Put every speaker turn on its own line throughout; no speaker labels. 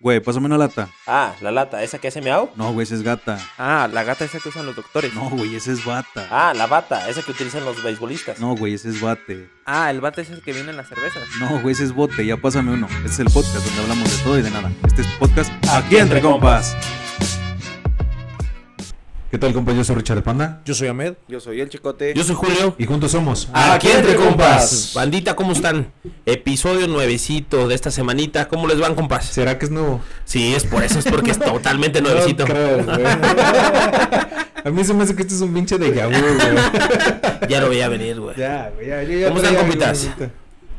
Güey, pásame una lata.
Ah, la lata, ¿esa que hace miau?
No, güey, esa es gata.
Ah, la gata esa que usan los doctores.
No, güey, esa es bata.
Ah, la bata, esa que utilizan los beisbolistas.
No, güey, ese es bate.
Ah, el bate es el que viene en las cervezas.
No, güey, ese es bote. Ya pásame uno. Este es el podcast donde hablamos de todo y de nada. Este es podcast aquí entre compas.
¿Qué tal, compa? Yo soy Richard Panda.
Yo soy Ahmed.
Yo soy el Chicote.
soy Julio.
Y juntos somos.
Aquí entre compas. Bandita, ¿cómo están? Episodio nuevecito de esta semanita. ¿Cómo les van, compas?
¿Será que es nuevo?
Sí, es por eso, es porque es totalmente nuevecito.
No creo, güey. A mí se me hace que este es un pinche de vu, güey.
Ya lo veía venir, güey.
Ya, güey, ya, yo ya
¿Cómo
traía algo
están, compitas?
ahorita.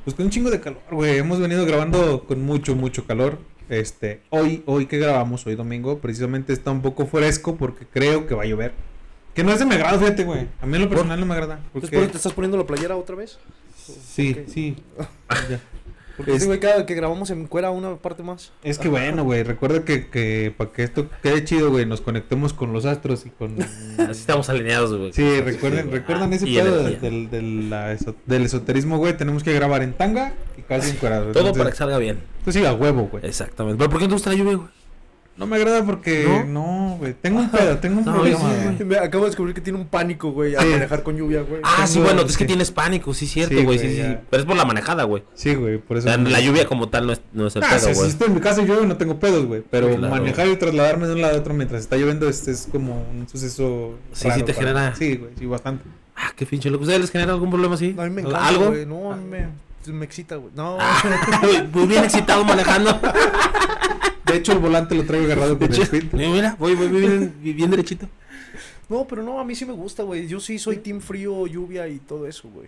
Pues con un chingo de calor, güey. Hemos venido grabando con mucho, mucho calor. Este, hoy, hoy que grabamos, hoy domingo, precisamente está un poco fresco porque creo que va a llover. Que no es de mi agrado, fíjate, güey. A mí en lo personal no me agrada.
¿Entonces
Porque...
Pues por qué te estás poniendo la playera otra vez?
Sí, sí. Ya.
Porque
Es-
este güey cada que grabamos en cuera una parte más.
Es que bueno, güey, recuerda que, que para que esto quede chido, güey, nos conectemos con los astros y con...
Así estamos alineados, güey.
Sí, recuerden, recuerdan ese
y
pedo de-
energía.
del, del, la eso- del esoterismo, güey, tenemos que grabar en tanga y casi encuadrado.
Todo para que salga bien.
sí, a huevo, güey.
Exactamente. ¿Pero por qué no te gusta la lluvia, güey?
No me agrada porque... No, güey, tengo un pedo, tengo un
No,
problema,
sí,
güey.
Me acabo de descubrir que tiene un pánico, güey, a
Sí.
manejar con lluvia, güey.
Ah, sí,
Tengo-
bueno, es que
sí.
tienes pánico, sí, cierto,
Sí,
güey. Sí,
güey,
sí,
ya.
sí. Pero es por la manejada, güey.
Sí, güey, por
O
eso...
sea,
no-
la lluvia como tal no es, no es el
Ah,
pedo,
si
güey.
estoy en mi casa y llueve no tengo pedos, güey, pero
Claro.
manejar y trasladarme de un lado a otro mientras está lloviendo este es como un suceso...
Sí, sí
raro
te
para mí.
genera-
Sí, güey, sí, bastante.
Ah, qué pinche loco. ¿Ustedes les genera algún problema así?
No, a mí me encanta,
¿Algo?
güey. No, a mí me, pues, me excita, güey. No,
Güey, Muy bien excitado manejando.
De hecho, el volante lo traigo agarrado con el pit.
Mira, voy, voy bien, bien derechito.
no, pero no, a mí sí me gusta, güey. Yo sí soy team frío, lluvia y todo eso, güey.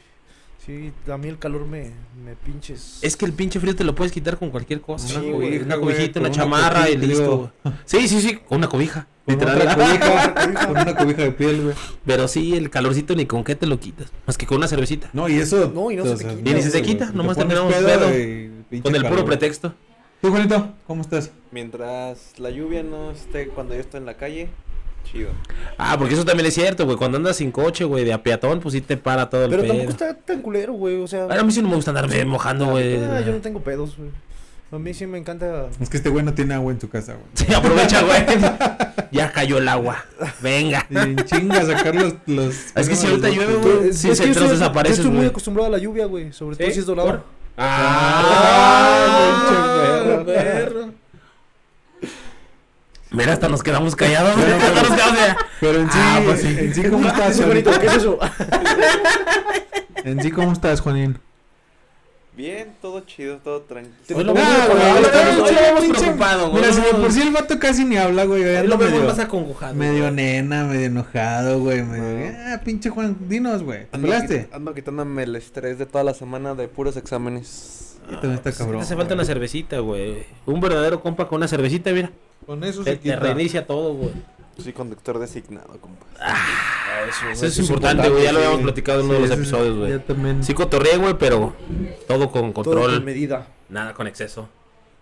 Sí, a mí el calor me, me pinches.
Es que el pinche frío te lo puedes quitar con cualquier cosa.
Sí,
una, co-
güey,
una
güey,
cobijita,
con
una
una
chamarra y
cobijita,
listo.
digo.
güey. Sí, sí, sí, con una cobija.
Con
Literal.
otra cobija, con una cobija de piel, güey.
Pero sí, el calorcito ni con qué te lo quitas. Más que con una cervecita.
No, y eso.
No, y no se te quita,
Bien, y si se quita, nomás terminamos pedo con el puro pretexto.
Tú, Juanito, ¿cómo estás?
Mientras la lluvia no esté cuando yo estoy en la calle, chido.
Ah, porque eso también es cierto, güey. Cuando andas sin coche, güey, de a peatón, pues sí te para todo el
pero
pedo.
tampoco está tan culero, güey. O sea,
Ay, A mí sí no me gusta andarme mojando, güey.
ah, yo no tengo pedos, güey. A mí sí me encanta.
Es que este güey no tiene agua en su casa, güey.
Sí, aprovecha, güey. Ya cayó el agua. Venga.
Y en chinga sacar los. los
Es que si ahorita
los-
llueve, güey,
Es
si
que
se
yo
los
estoy- yo
desapareces,
estoy muy
güey.
acostumbrado a la lluvia, güey. Sobre todo
¿Sí?
si es dorador.
Ah,
Ah,
perro. Mira, hasta nos quedamos callados. güey. Hasta nos quedamos callados.
Pero en sí,
Ah, pues sí.
en sí, ¿cómo estás,
Sí, bonito, ¿Qué
Juanito?
es eso?
En sí, ¿cómo estás, Juanín?
Bien, todo chido, todo tranquilo.
Hoy lo
Ah,
vemos
güey,
hoy lo
ahorita
vemos-
no
hoy lo vemos
pinche-
preocupado, güey.
Mira, si de por si el vato casi ni habla, güey.
Hoy
anda
lo vemos
medio-
más acongojado.
Medio
güey.
nena, medio enojado, güey. Medio... Ah, pinche Juan, dinos, güey. ¿Te
Ando,
pelaste?
quit- ando quitándome el estrés de toda la semana de puros exámenes.
Y también está
Te
cabrón.
hace falta una cervecita, güey. Un verdadero compa con una cervecita, mira.
Con eso
Te, te reinicia todo, güey.
Soy conductor designado, compa.
Ah, Eso es importante, güey. Ya lo habíamos platicado en uno de los
Sí, sí, sí.
episodios, güey.
Ya también.
Sí cotorré, güey, pero todo con
Todo
control.
con medida.
Nada con exceso.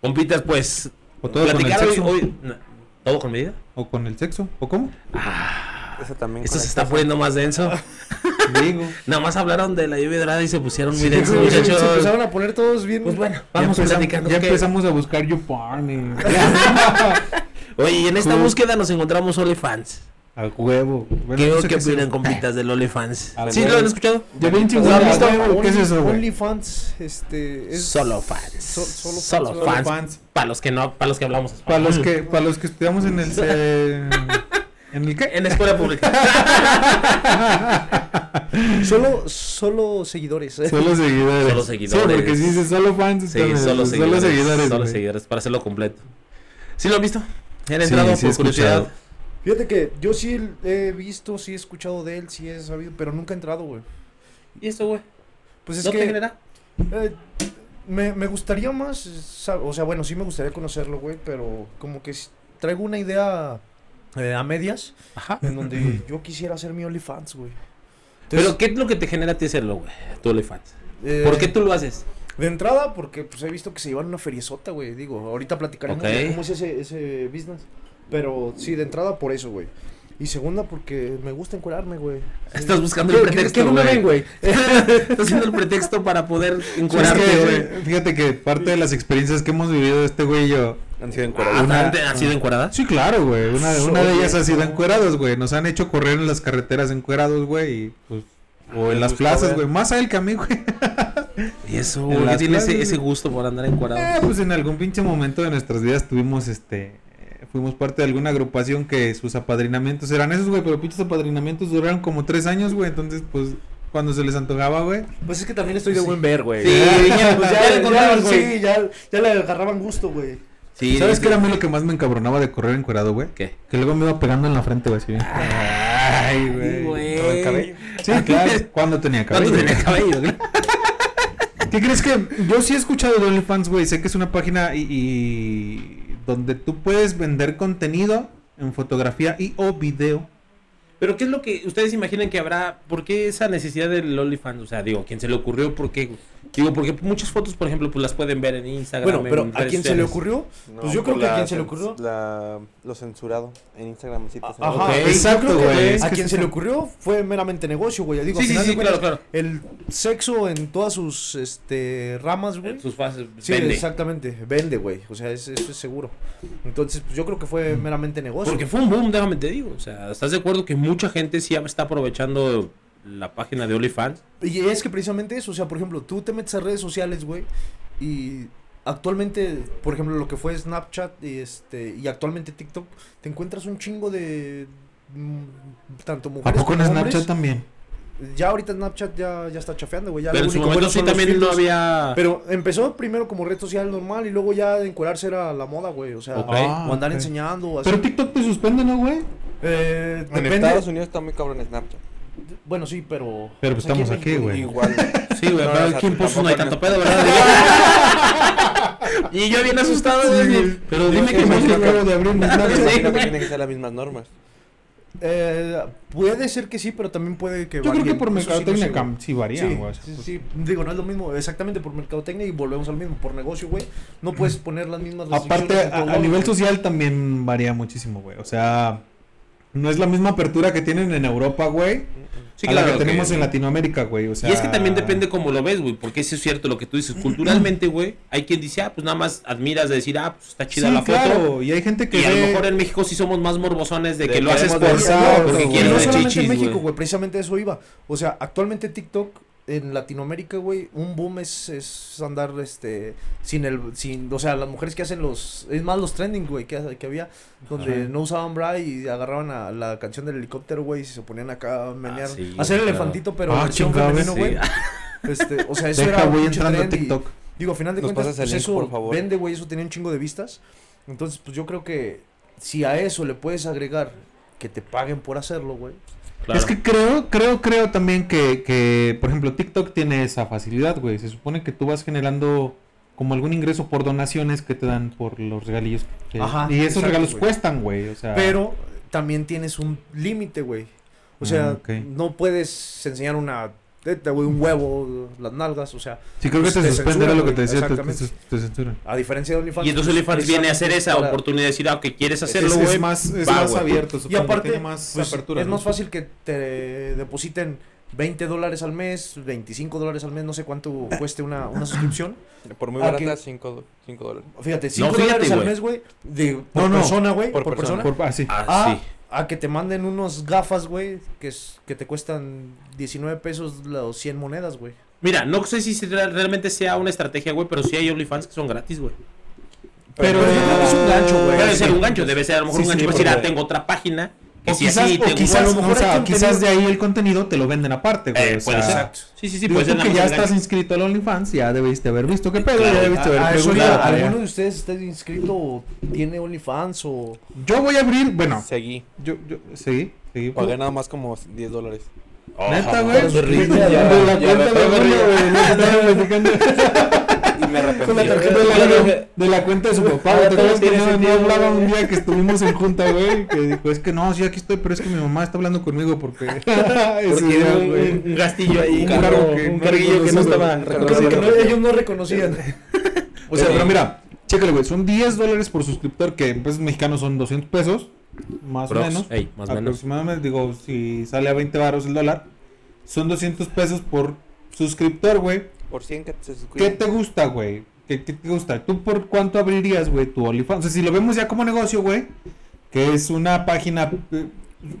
Compitas, pues.
O todo con
platicar
el
hoy-
sexo.
hoy- no, ¿Todo con medida?
O con el sexo. ¿O cómo?
Ah.
Eso también.
Esto se
conecta.
está poniendo más denso.
Digo.
Nada más hablaron de la lluvia dorada y se pusieron muy densos,
Se se
muchachos.
empezaron a poner todos bien.
Pues bueno, vamos
ya empezamos,
platicando.
ya
¿qué?
empezamos a buscar YouPorn y...
Oye, y en esta
Cool.
búsqueda nos encontramos OnlyFans.
a huevo. Bueno,
¿Qué,
no sé
¿qué
sea.
opinan, compitas, del OnlyFans?
A
¿Sí
ver.
lo han escuchado?
Ya bien
O
chingón.
sea, ¿han
a
visto
huevo, ¿Qué es
Only-
eso, güey?
OnlyFans, este. es-
Solo fans.
so- solo fans,
Solo
solo
fans.
fans.
Para los que no, para los que hablamos. español.
Para los que, para los que estudiamos en el... eh, ¿En el qué?
En escuela pública.
Solo, solo seguidores. eh.
Solo seguidores.
Solo seguidores.
Sí, porque si dices solo fans,
Sí,
entonces,
solo seguidores. Solo seguidores.
güey.
para hacerlo completo. ¿Sí lo han visto? ¿Ya han
Sí,
entrado
sí he
por curiosidad?
escuchado.
Fíjate que yo sí he visto, sí he escuchado de él, sí he sabido, pero nunca he entrado, güey.
¿Y eso, güey?
Pues es
¿No te
que.
genera?
Eh, me, me gustaría más, eh, sab- o sea, bueno, sí me gustaría conocerlo, güey, pero como que s- traigo una idea eh, a medias en donde yo quisiera ser mi OnlyFans, güey.
¿Pero qué es lo que te genera a ti hacerlo, güey? Tu OnlyFans.
Eh,
¿Por qué tú lo haces?
De entrada, porque pues he visto que se llevan una feriezota, güey, digo, ahorita platicaremos
Ok.
de cómo es ese, ese business, pero sí, de entrada por eso, güey. Y segunda, porque me gusta encuerarme, güey.
Estás buscando
¿Qué-
el
qué-
pretexto,
qué no me
güey.
ven, güey?
Estás haciendo el pretexto para poder
Pues Es
encuadrarte,
que, eh,
güey.
Fíjate que parte de las experiencias que hemos vivido este güey y yo.
Han sido
Ah,
encuadrados.
Una-
¿te- ¿Ha sido encuadrada?
Sí, claro, güey. Una, una de ellas ha sido encuerados, güey. Nos han hecho correr en las carreteras encuerados, güey. Y pues. O en las plazas, güey. Más a él que a mí, güey.
Y eso,
En
güey.
las
¿Qué tiene ese,
playas,
ese
güey.
gusto por andar encuadrado?
Eh, pues en algún pinche momento de nuestras vidas tuvimos este. eh, Fuimos parte de alguna agrupación que sus apadrinamientos eran esos, güey. Pero pinches apadrinamientos duraron como tres años, güey. Entonces, pues. Cuando se les antojaba, güey.
Pues es que también estoy de buen ver, güey.
Sí, ya, pues, ya le encontraron, güey.
Sí, ya, ya le agarraban gusto, güey.
Sí,
¿Sabes
sí.
qué era a mí lo que más me encabronaba de correr encuerado, güey?
¿Qué?
Que luego me iba pegando en la frente, güey. así bien. Ay,
Con el cabello.
Sí, claro. ¿Cuándo tenía cabello?
¿Cuánto tenía cabello?
¿Qué crees que? Yo sí he escuchado de OnlyFans, güey. Sé que es una página y, y donde tú puedes vender contenido en fotografía y o video.
Pero ¿qué es lo que ustedes imaginan que habrá? ¿Por qué esa necesidad del OnlyFans? O sea, digo, ¿quién se le ocurrió? ¿Por qué? Digo, porque muchas fotos, por ejemplo, pues las pueden ver en Instagram.
Bueno, pero
en
¿a
redes
quién se le
sociales.
ocurrió?
No,
Pues yo creo
por
que a
la
quién se le
cen-
ocurrió.
la- lo censurado en Instagram. Sí, te
Ah,
A-
censuran.
Ajá,
Ok.
pues yo
Exacto,
creo que
güey. Es
A
que
quien
es
se le
eso.
ocurrió fue meramente negocio, güey. Digo,
Sí,
al final
sí,
de
sí, claro,
cuentas,
claro.
El sexo en todas sus este, ramas, güey.
En Sus fases.
¿eh? Sí,
vende.
exactamente. Vende, güey. O sea, es- eso es seguro. Entonces, pues yo creo que fue meramente negocio.
Porque fue un boom, déjame te digo. O sea, ¿estás de acuerdo que mucha gente sí está aprovechando la página de OnlyFans?
Y es que precisamente eso, o sea, por ejemplo, tú te metes a redes sociales, güey, y actualmente, por ejemplo, lo que fue Snapchat y este y actualmente TikTok, te encuentras un chingo de mm, tanto
¿A
mujeres
poco en
como hombres.
Snapchat también?
Ya ahorita Snapchat ya, ya está chafeando, güey. ya
Pero
lo
en su
único
momento
bueno
sí
son los
también no
filtros.
había.
Pero empezó primero como red social normal y luego ya de encuerarse era la moda, güey. O sea,
Ok.
Ah,
o andar
ok.
enseñando. o así.
Pero TikTok te suspende, ¿no, güey?
Eh,
En
depende-
Estados Unidos está muy cabrón Snapchat.
Bueno, sí, pero.
Pero pues estamos
en
aquí,
México-
güey.
Igual.
Sí, güey,
No,
pero
o sea,
aquí en Pozos no hay tanto
tampoco-
pedo, ¿verdad? y yo bien asustado, güey. Pero dime que no.
Yo
güey.
acabo de abrir mi
Me
Snapchat.
imagino que tienen que ser las mismas normas.
Eh, puede ser que sí, pero también puede que.
Yo creo que
varíen.
por
Eso sí, no
mercadotecnia
sé,
cam- sí varía,
Sí,
güey. pues
sí, sí. digo, no es lo mismo, exactamente por mercadotecnia y volvemos al mismo, por negocio, güey. No puedes poner las mismas
Aparte,
restricciones en
a,
todos
a
lados,
nivel
güey.
social también varía muchísimo, güey. O sea, no es la misma apertura que tienen en Europa, güey.
Sí,
a la que
claro que-
tenemos en Latinoamérica, güey. O sea,
Y es que también depende cómo lo ves, güey, porque eso es cierto lo que tú dices. Culturalmente, güey, hay quien dice, ah, pues nada más admiras de decir, ah, pues está chida
Sí,
la foto.
claro. Y hay gente que
Y a lo
ve-
mejor en México sí somos más morbosones de
Le
que lo haces por
queremos
besar,
no,
pero,
porque
güey.
Y
quieres
no
ver
solamente en
chichis,
México,
güey.
güey, precisamente eso iba. O sea, actualmente TikTok en Latinoamérica, güey, un boom es, es andar este sin el sin, o sea, las mujeres que hacen los es más los trending, güey, que, que había donde
Ajá.
no usaban bra y agarraban a la canción del helicóptero, güey, y se ponían acá a menear,
Ah, sí,
hacer el
claro.
elefantito pero
Ah,
versión
chingado,
femenino,
sí.
güey. Este, o sea, eso
Deja,
era un
güey,
pinche
entrando a
trend y-
TikTok.
Digo, a final de
Nos
cuentas,
pasas el
pues
link,
eso
por favor.
vende, güey, eso tenía un chingo de vistas. Entonces, pues yo creo que si a eso le puedes agregar que te paguen por hacerlo, güey.
Claro.
Es que creo, creo, creo también que, que, por ejemplo, TikTok tiene esa facilidad, güey. Se supone que tú vas generando como algún ingreso por donaciones que te dan por los regalillos. que-
Ajá,
y esos
exacto,
regalos
güey.
cuestan, güey. O
Ah.
sea,
Pero también tienes un límite, güey. O
Ah,
sea, pues,
ok.
no puedes enseñar una teta, güey, un huevo, las nalgas, o sea,
sí, creo que
pues,
te,
te
suspende, era
censuran,
lo que te
güey,
decía, te, te,
exactamente.
sus- te censuran.
a diferencia de OnlyFans.
Y entonces
pues,
OnlyFans viene a hacer
precisamente
esa
para-
oportunidad de decir, ah, que quieres hacerlo,
es,
güey.
más, es
va,
más
güey.
abierto,
Y
supongo,
aparte,
tiene más
pues,
apertura.
es
¿no?
más fácil que te depositen 20 dólares al mes, 25 dólares al mes, no sé cuánto cueste una, una suscripción.
Por muy
Ah,
barata,
que-
5 dólares.
Fíjate, 5
fíjate,
dólares al
güey.
mes, güey, de- por
no,
persona, güey, por,
por
persona.
Por- ah, sí.
Ah,
A,
sí.
a que te manden unos gafas, güey, que, es- que te cuestan 19 pesos los 100 monedas, güey.
Mira, no sé si se- realmente sea una estrategia, güey, pero sí hay OnlyFans que son gratis, güey.
Pero-
yo creo que es un gancho, güey.
Debe
sí.
ser un gancho, debe ser a lo mejor
Sí,
un gancho
sí,
para decir, ah,
porque-
tengo otra página. Que
O
si
quizás,
así
o
tengo
quizás,
a lo mejor
o sea,
hay contenido-
quizás de ahí el contenido te lo venden aparte, güey.
Eh,
o
puede
sea,
ser. Sí, sí, sí,
Digo,
puede ser
tú
nada
que
más
ya
un
estás
gancho.
inscrito al OnlyFans, ya debiste haber visto qué pedo,
Claro,
ya debiste
Ah,
haber
eso
preguntado.
ya,
Ah, ya.
¿Alguno de ustedes está inscrito o tiene OnlyFans o...?
Yo voy a abrir, bueno,
Seguí.
yo, yo, seguí, seguí.
Pagué nada más como 10 dólares.
Neta, güey.
Con
De
berrinche,
la
ya,
cuenta
ya,
de
ya,
Gordo,
ya.
güey, lo que estaba platicando.
Y me
Con la
arrepentí.
tarjeta de la- de la cuenta de su papá. güey, ¿Te
Todo
acuerdas que
tiene
no, no
sentido,
hablaba un
güey.
día que estuvimos en junta, güey? Que dijo, es que no, sí, aquí estoy, pero es que mi mamá está hablando conmigo porque. Ese
Porque
día,
era un,
güey.
un gastillo ahí,
Un
un,
cargo
cargo-
que
un
no
carguillo que no
reconocimos,
estaba
güey.
Creo que
reconocido.
no- ellos no reconocían.
O sea, pero mira, chécale, güey, son 10 dólares por suscriptor, que en pesos mexicanos son 200 pesos. Más o
Prox,
menos. Ah,
ey, más o menos.
aproximadamente, digo, si sale a 20 baros el dólar, son 200 pesos por suscriptor, güey.
Por 100 que se
¿Qué
suscriben.
te gusta, güey? ¿Qué, qué te gusta? ¿Tú por cuánto abrirías, güey, tu OnlyFans? O sea, si lo vemos ya como negocio, güey, que es una página... eh,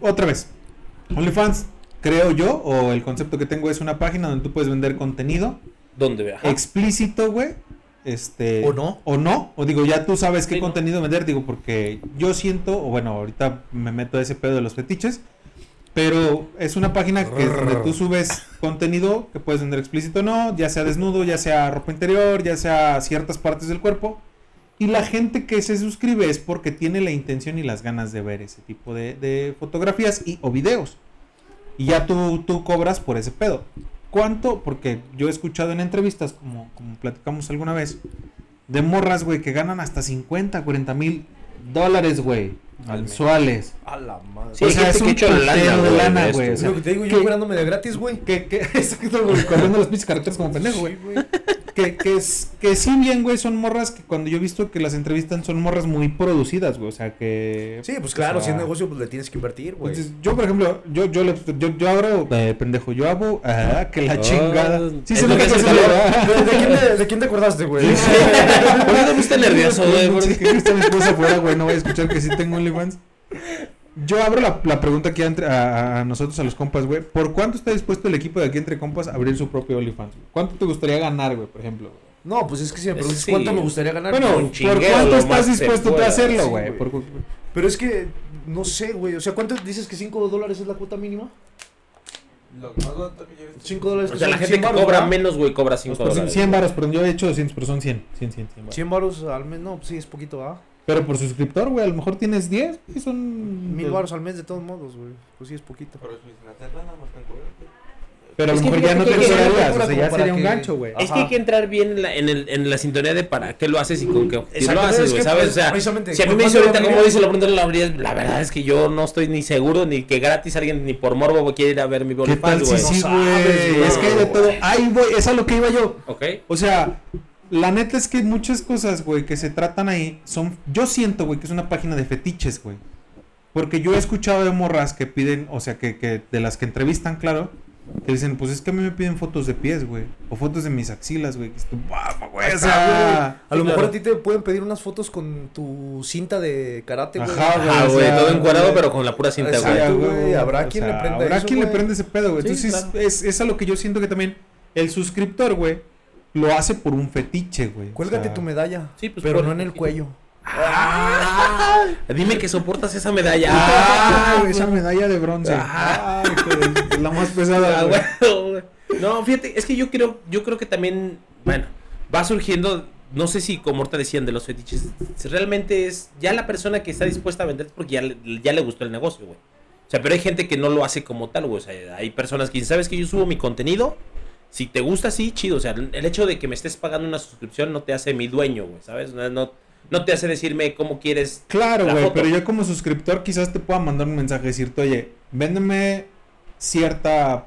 otra vez, OnlyFans, creo yo, o el concepto que tengo es una página donde tú puedes vender contenido
¿Dónde vea?
explícito, güey. Este,
¿O no?
O no. O digo, ya tú sabes qué
Sí, ¿no?
contenido vender. Digo, porque yo siento, o bueno, ahorita me meto a ese pedo de los fetiches. Pero es una página que es donde tú subes contenido que puedes vender explícito o no, ya sea desnudo, ya sea ropa interior, ya sea ciertas partes del cuerpo. Y la gente que se suscribe es porque tiene la intención y las ganas de ver ese tipo de, de fotografías y, o videos. Y ya tú, tú cobras por ese pedo. ¿Cuánto? Porque yo he escuchado en entrevistas, como, como platicamos alguna vez, de morras, güey, que ganan hasta 50, 40 mil dólares, güey, mensuales.
A la madre.
Sí, hay gente que echa lana,
putero
güey, de
güey.
esto.
o
es
sea,
lo que te digo,
¿qué-
yo curándome de gratis, güey.
que, que, exacto, güey, corriendo los pinches carreteros como pendejo, güey.
Sí, güey.
Que, que, es- que sí bien, güey, son morras que cuando yo he visto que las entrevistan son morras muy producidas, güey. O sea, que...
Sí, pues
o
claro,
sea,
si es negocio, pues le tienes que invertir, güey.
Entonces, yo, por ejemplo, yo, yo, le- yo, yo abro, eh, pendejo, yo hago, ah, que la
Oh,
chingada. Sí,
es
se
lo
nota
que
que
hace
se
el
le
calor.
va.
¿De, de quién te, de quién te acordaste, güey?
¿Por qué te pusiste nervioso, güey? ¿Por
Sí,
qué?
que Cristian me puso fuera, güey, no voy a escuchar que sí tengo OnlyFans. Yo abro la, la pregunta aquí entre, a, a nosotros, a los compas, güey. ¿Por cuánto está dispuesto el equipo de aquí entre compas a abrir su propio OnlyFans? güey? ¿Cuánto te gustaría ganar, güey, por ejemplo? güey?
No, pues es que si me preguntas
Sí.
cuánto me gustaría ganar,
Bueno,
pues,
¿por
un chingo.
cuánto
lo
estás
más que
dispuesto tú a
puedas,
hacerlo,
sí,
güey?
güey.
Por cu-
Pero es que, no sé, güey. O sea, ¿cuánto dices que 5 dólares es la cuota mínima?
Lo más barato que yo he visto.
5 dólares.
O
que
sea, la
son
gente
100
que
varos,
cobra
¿verdad?
menos, güey, cobra 5
por
dólares.
100 baros, perdón, yo he hecho 200, pero son 100. 100, 100, 100 varos.
100 varos al mes, no, pues sí, es poquito, ¿ah?
Pero por suscriptor, güey, a lo mejor tienes 10, güey, son...
Mil varos al mes, de todos modos, güey. Pues sí, es poquito.
Pero es Inglaterra nada más tan cubierto.
Pero a lo
Es que
mejor ya
fíjate
no
que
te
hay que-
cobrarías, o sea, ya
como para
sería un
que-
gancho, güey.
Es
Ajá.
que hay que entrar bien en la, en el, en la sintonía de para qué lo haces y con qué objetivo lo
Exacto,
haces,
es
güey,
que,
¿sabes? O
pues,
sea,
precisamente,
si a mí
¿por
me dice
cuánto
ahorita
lo
cómo
abrías?
dice la pregunta de la abrías, la verdad es que yo no estoy ni seguro ni que gratis alguien ni por morbo güey, quiere ir a ver mi
¿Qué
OnlyFans,
tal si
güey.
sí,
No sabes,
güey?
güey.
Es que hay de todo. Ahí voy, es a lo que iba yo.
¿Ok?
O sea, la neta es que muchas cosas, güey, que se tratan ahí son. Yo siento, güey, que es una página de fetiches, güey. Porque yo he escuchado de morras que piden, o sea, que, que de las que entrevistan, claro, que dicen, pues es que a mí me piden fotos de pies, güey. O fotos de mis axilas, güey. Que es tu guapa, güey. O sea,
A lo
Sí,
mejor
claro.
a ti te pueden pedir unas fotos con tu cinta de karate, güey.
Ajá, güey.
Ah,
o
güey,
sea,
todo encuadrado
güey.
pero con la pura cinta,
Exacto.
güey.
a huevo,
güey, habrá
o
quien
sea,
le prenda
Habrá
eso,
quien le
güey.
prende ese pedo, güey.
Sí,
Entonces,
claro.
es, es a lo que yo siento que también el suscriptor, güey, lo hace por un fetiche, güey. O
Cuélgate
sea,
tu medalla.
Sí, pues,
pero
por-
no en el cuello.
Ah, dime que soportas esa medalla.
Ah,
Ah,
güey, esa medalla de bronce.
Ah.
Ay, que es la más pesada.
Ah,
güey.
bueno, güey. No, fíjate, es que yo creo, yo creo que también, bueno, va surgiendo, no sé si como ahorita decían de los fetiches, si realmente es ya la persona que está dispuesta a vender es porque ya le, ya le gustó el negocio, güey. O sea, pero hay gente que no lo hace como tal, güey. O sea, hay personas que dicen, sabes que yo subo mi contenido, si te gusta, sí, chido. O sea, el hecho de que me estés pagando una suscripción no te hace mi dueño, güey, ¿sabes? No, no, no te hace decirme cómo quieres.
Claro,
La
güey,
foto.
pero yo como suscriptor quizás te pueda mandar un mensaje y decirte, oye, véndeme cierta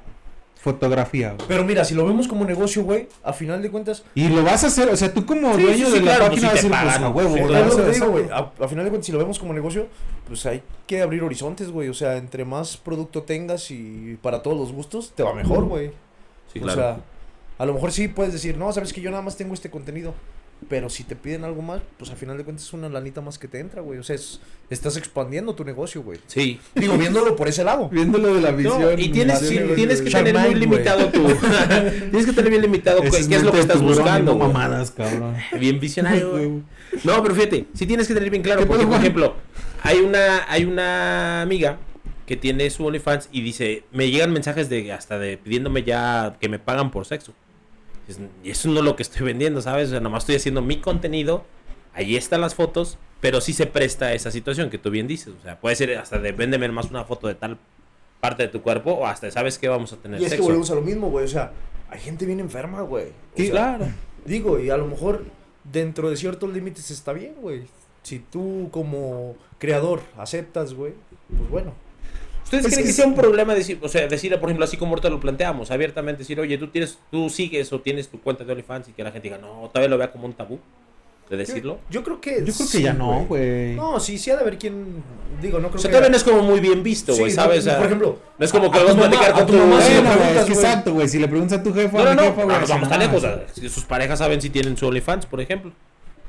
fotografía, güey.
Pero mira, si lo vemos como negocio, güey, a final de cuentas.
Y lo vas a hacer, o sea, tú como
Sí,
dueño
sí, sí,
de la
claro,
página
pues,
vas a
si te
decir, pues,
pagan,
a huevo,
sí,
güey,
claro.
vas
es
a
lo que te
hacer-
digo, güey. A, a final de cuentas, si lo vemos como negocio, pues hay que abrir horizontes, güey. O sea, entre más producto tengas y para todos los gustos, te va mejor, güey.
Sí,
o sea, a lo mejor sí puedes decir, no, sabes que yo nada más tengo este contenido. Pero si te piden algo más, pues a final de cuentas es una lanita más que te entra, güey. O sea, es- estás expandiendo tu negocio, güey.
sí.
Digo, viéndolo por ese lado.
Viéndolo de la visión.
No, y tienes,
más
sí,
bien,
tienes
güey.
que
Shark
tener muy
Mind, güey.
limitado tu. tienes que tener bien limitado qué,
Ese
qué es
mente
lo que
de
estás
tiburón,
buscando.
no
güey.
mamadas, cabrón.
Bien visionario. güey. No, pero fíjate, sí tienes que tener bien claro.
¿Qué
Porque,
pedo,
por
Juan?
ejemplo, hay una, hay una amiga que tiene su OnlyFans y dice: Me llegan mensajes de hasta de pidiéndome ya que me pagan por sexo. Es- Y eso no es lo que estoy vendiendo, ¿sabes? O sea, nomás estoy haciendo mi contenido. Ahí están las fotos, pero sí se presta a esa situación que tú bien dices. O sea, puede ser hasta de véndeme más una foto de tal parte de tu cuerpo o hasta sabes que vamos a tener
Y es que
sexo.
volvemos a lo mismo, güey. O sea, hay gente bien enferma, güey. O sea,
claro.
Digo, y a lo mejor dentro de ciertos límites está bien, güey. Si tú como creador aceptas, güey, pues bueno.
¿Ustedes
Pues
creen que, sea un problema decir, o sea, decir, por ejemplo, así como ahorita lo planteamos, abiertamente decir, oye, tú tienes, tú sigues o tienes tu cuenta de OnlyFans y que la gente diga, no, tal vez lo vea como un tabú? de decirlo.
Yo, yo creo que.
Yo creo que
sí,
ya no, güey.
No, sí, sí ha de haber quien. Digo, no creo
O sea,
que.
todavía no es como muy bien visto,
Sí,
güey,
no,
¿sabes? O sea,
por ejemplo,
no es como que
a- a
vamos
tu
a platicar
mamá-
con
a tu
tu
mamá
mamá.
sí,
Bueno,
le
güey,
preguntas,
es que
güey.
exacto, güey. Si le preguntas a tu jefa,
No, no,
a mi
no,
jefa, güey,
no nos
así,
vamos tan
no,
lejos. o sea, si Sus parejas saben si tienen su OnlyFans, por ejemplo.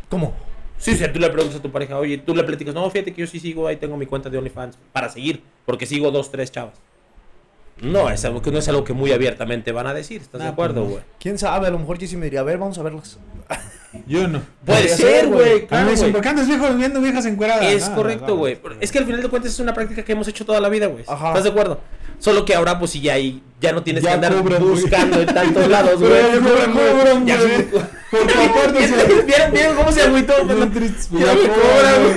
¿Cómo?
Sí, o sea, tú le preguntas a tu pareja, oye, tú le platicas, no, fíjate que yo sí sigo, ahí tengo mi cuenta de OnlyFans para seguir, porque sigo dos, tres chavas. No, es algo que no es algo que muy abiertamente van a decir, ¿estás de
Ah,
Nah,
acuerdo,
pues no.
güey?
¿Quién sabe? A lo mejor yo sí me diría, a ver, vamos a verlas.
Yo no.
Puede ser, güey,
A mí
claro,
me dicen,
güey.
¿por qué andas viejo viendo viejas encueradas?
Es
Ah,
correcto,
vamos.
güey. Pero Es que al final de cuentas es una práctica que hemos hecho toda la vida, güey.
Ajá.
¿Estás de acuerdo? Solo que ahora, pues, si ya, hay- ya no tienes
Ya
que andar
cobran, güey.
buscando en tantos lados, güey.
Ya cobran, güey.
Ya-
Por favor, no se-
¿Vieron, vieron cómo se agüitó?
Bien tristes, güey.
Ya me cobran, güey.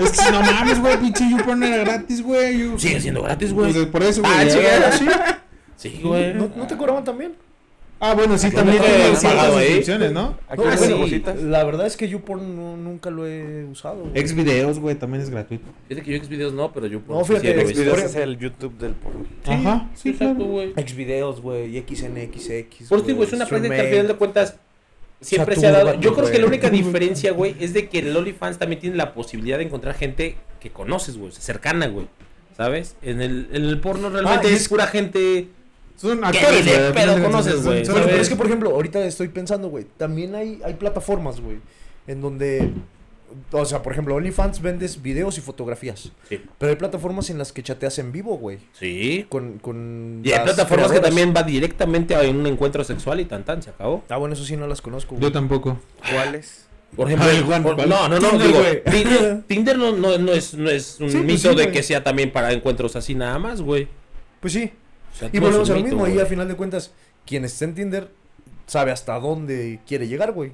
Es que si no mames, güey, pinche YouPorn era gratis, güey. You-
Sigue siendo gratis,
Pues
güey.
es por eso, güey.
Ah,
ya.
chingada. Sí, güey.
¿No, no te cobraban también?
Ah, bueno, sí, también
no
tiene
te-
ciertas
pagado, ¿eh?
suscripciones, ¿no?
Aquí
Ah,
hay
sí.
buenas cositas.
La verdad es que YouPorn no- nunca lo he usado. güey.
Ex videos, güey, también es gratuito.
Fíjate que yo Xvideos no, pero yo
No, fíjate,
lo he visto.
Xvideos.
Xvideos Este es el YouTube del porno.
Ajá,
Sí,
sí,
exacto,
claro.
güey.
Xvideos, güey, XNXX.
Por eso te digo, es una práctica que al final de cuentas siempre
O sea,
se ha
tú,
dado.
vato,
Yo creo que la
güey.
única diferencia, güey, es de que el OnlyFans también tiene la posibilidad de encontrar gente que conoces, güey, o sea, cercana, güey. ¿Sabes? En el, en el
Ah,
porno realmente
y
es
es-
pura gente.
Son
ni de
güey,
pedo
son-
conoces,
son-
güey,
son-
Pero, pero
¿sabes?
es que, por ejemplo, ahorita estoy pensando, güey, también hay, hay plataformas, güey, en donde, o sea, por ejemplo, OnlyFans vendes videos y fotografías,
Sí.
pero hay plataformas en las que chateas en vivo, güey,
Sí.
con, con
Y hay
las
plataformas que
creadoras.
también va directamente a un encuentro sexual y tan tan, se acabó.
Ah, bueno, eso sí no las conozco, güey.
Yo tampoco.
¿Cuáles?
Por ejemplo,
A ver, Juan,
por-
¿cuál?
no, no, no,
Tinder,
digo,
güey.
Tinder, Tinder no, no, no es, no es un
Sí, pues
mito
sí,
de
güey.
que sea también para encuentros así nada más, güey.
Pues sí,
O sea,
y
no es un
volvemos a lo
mito,
mismo, y
güey.
a final de cuentas, quien esté en Tinder sabe hasta dónde quiere llegar, güey.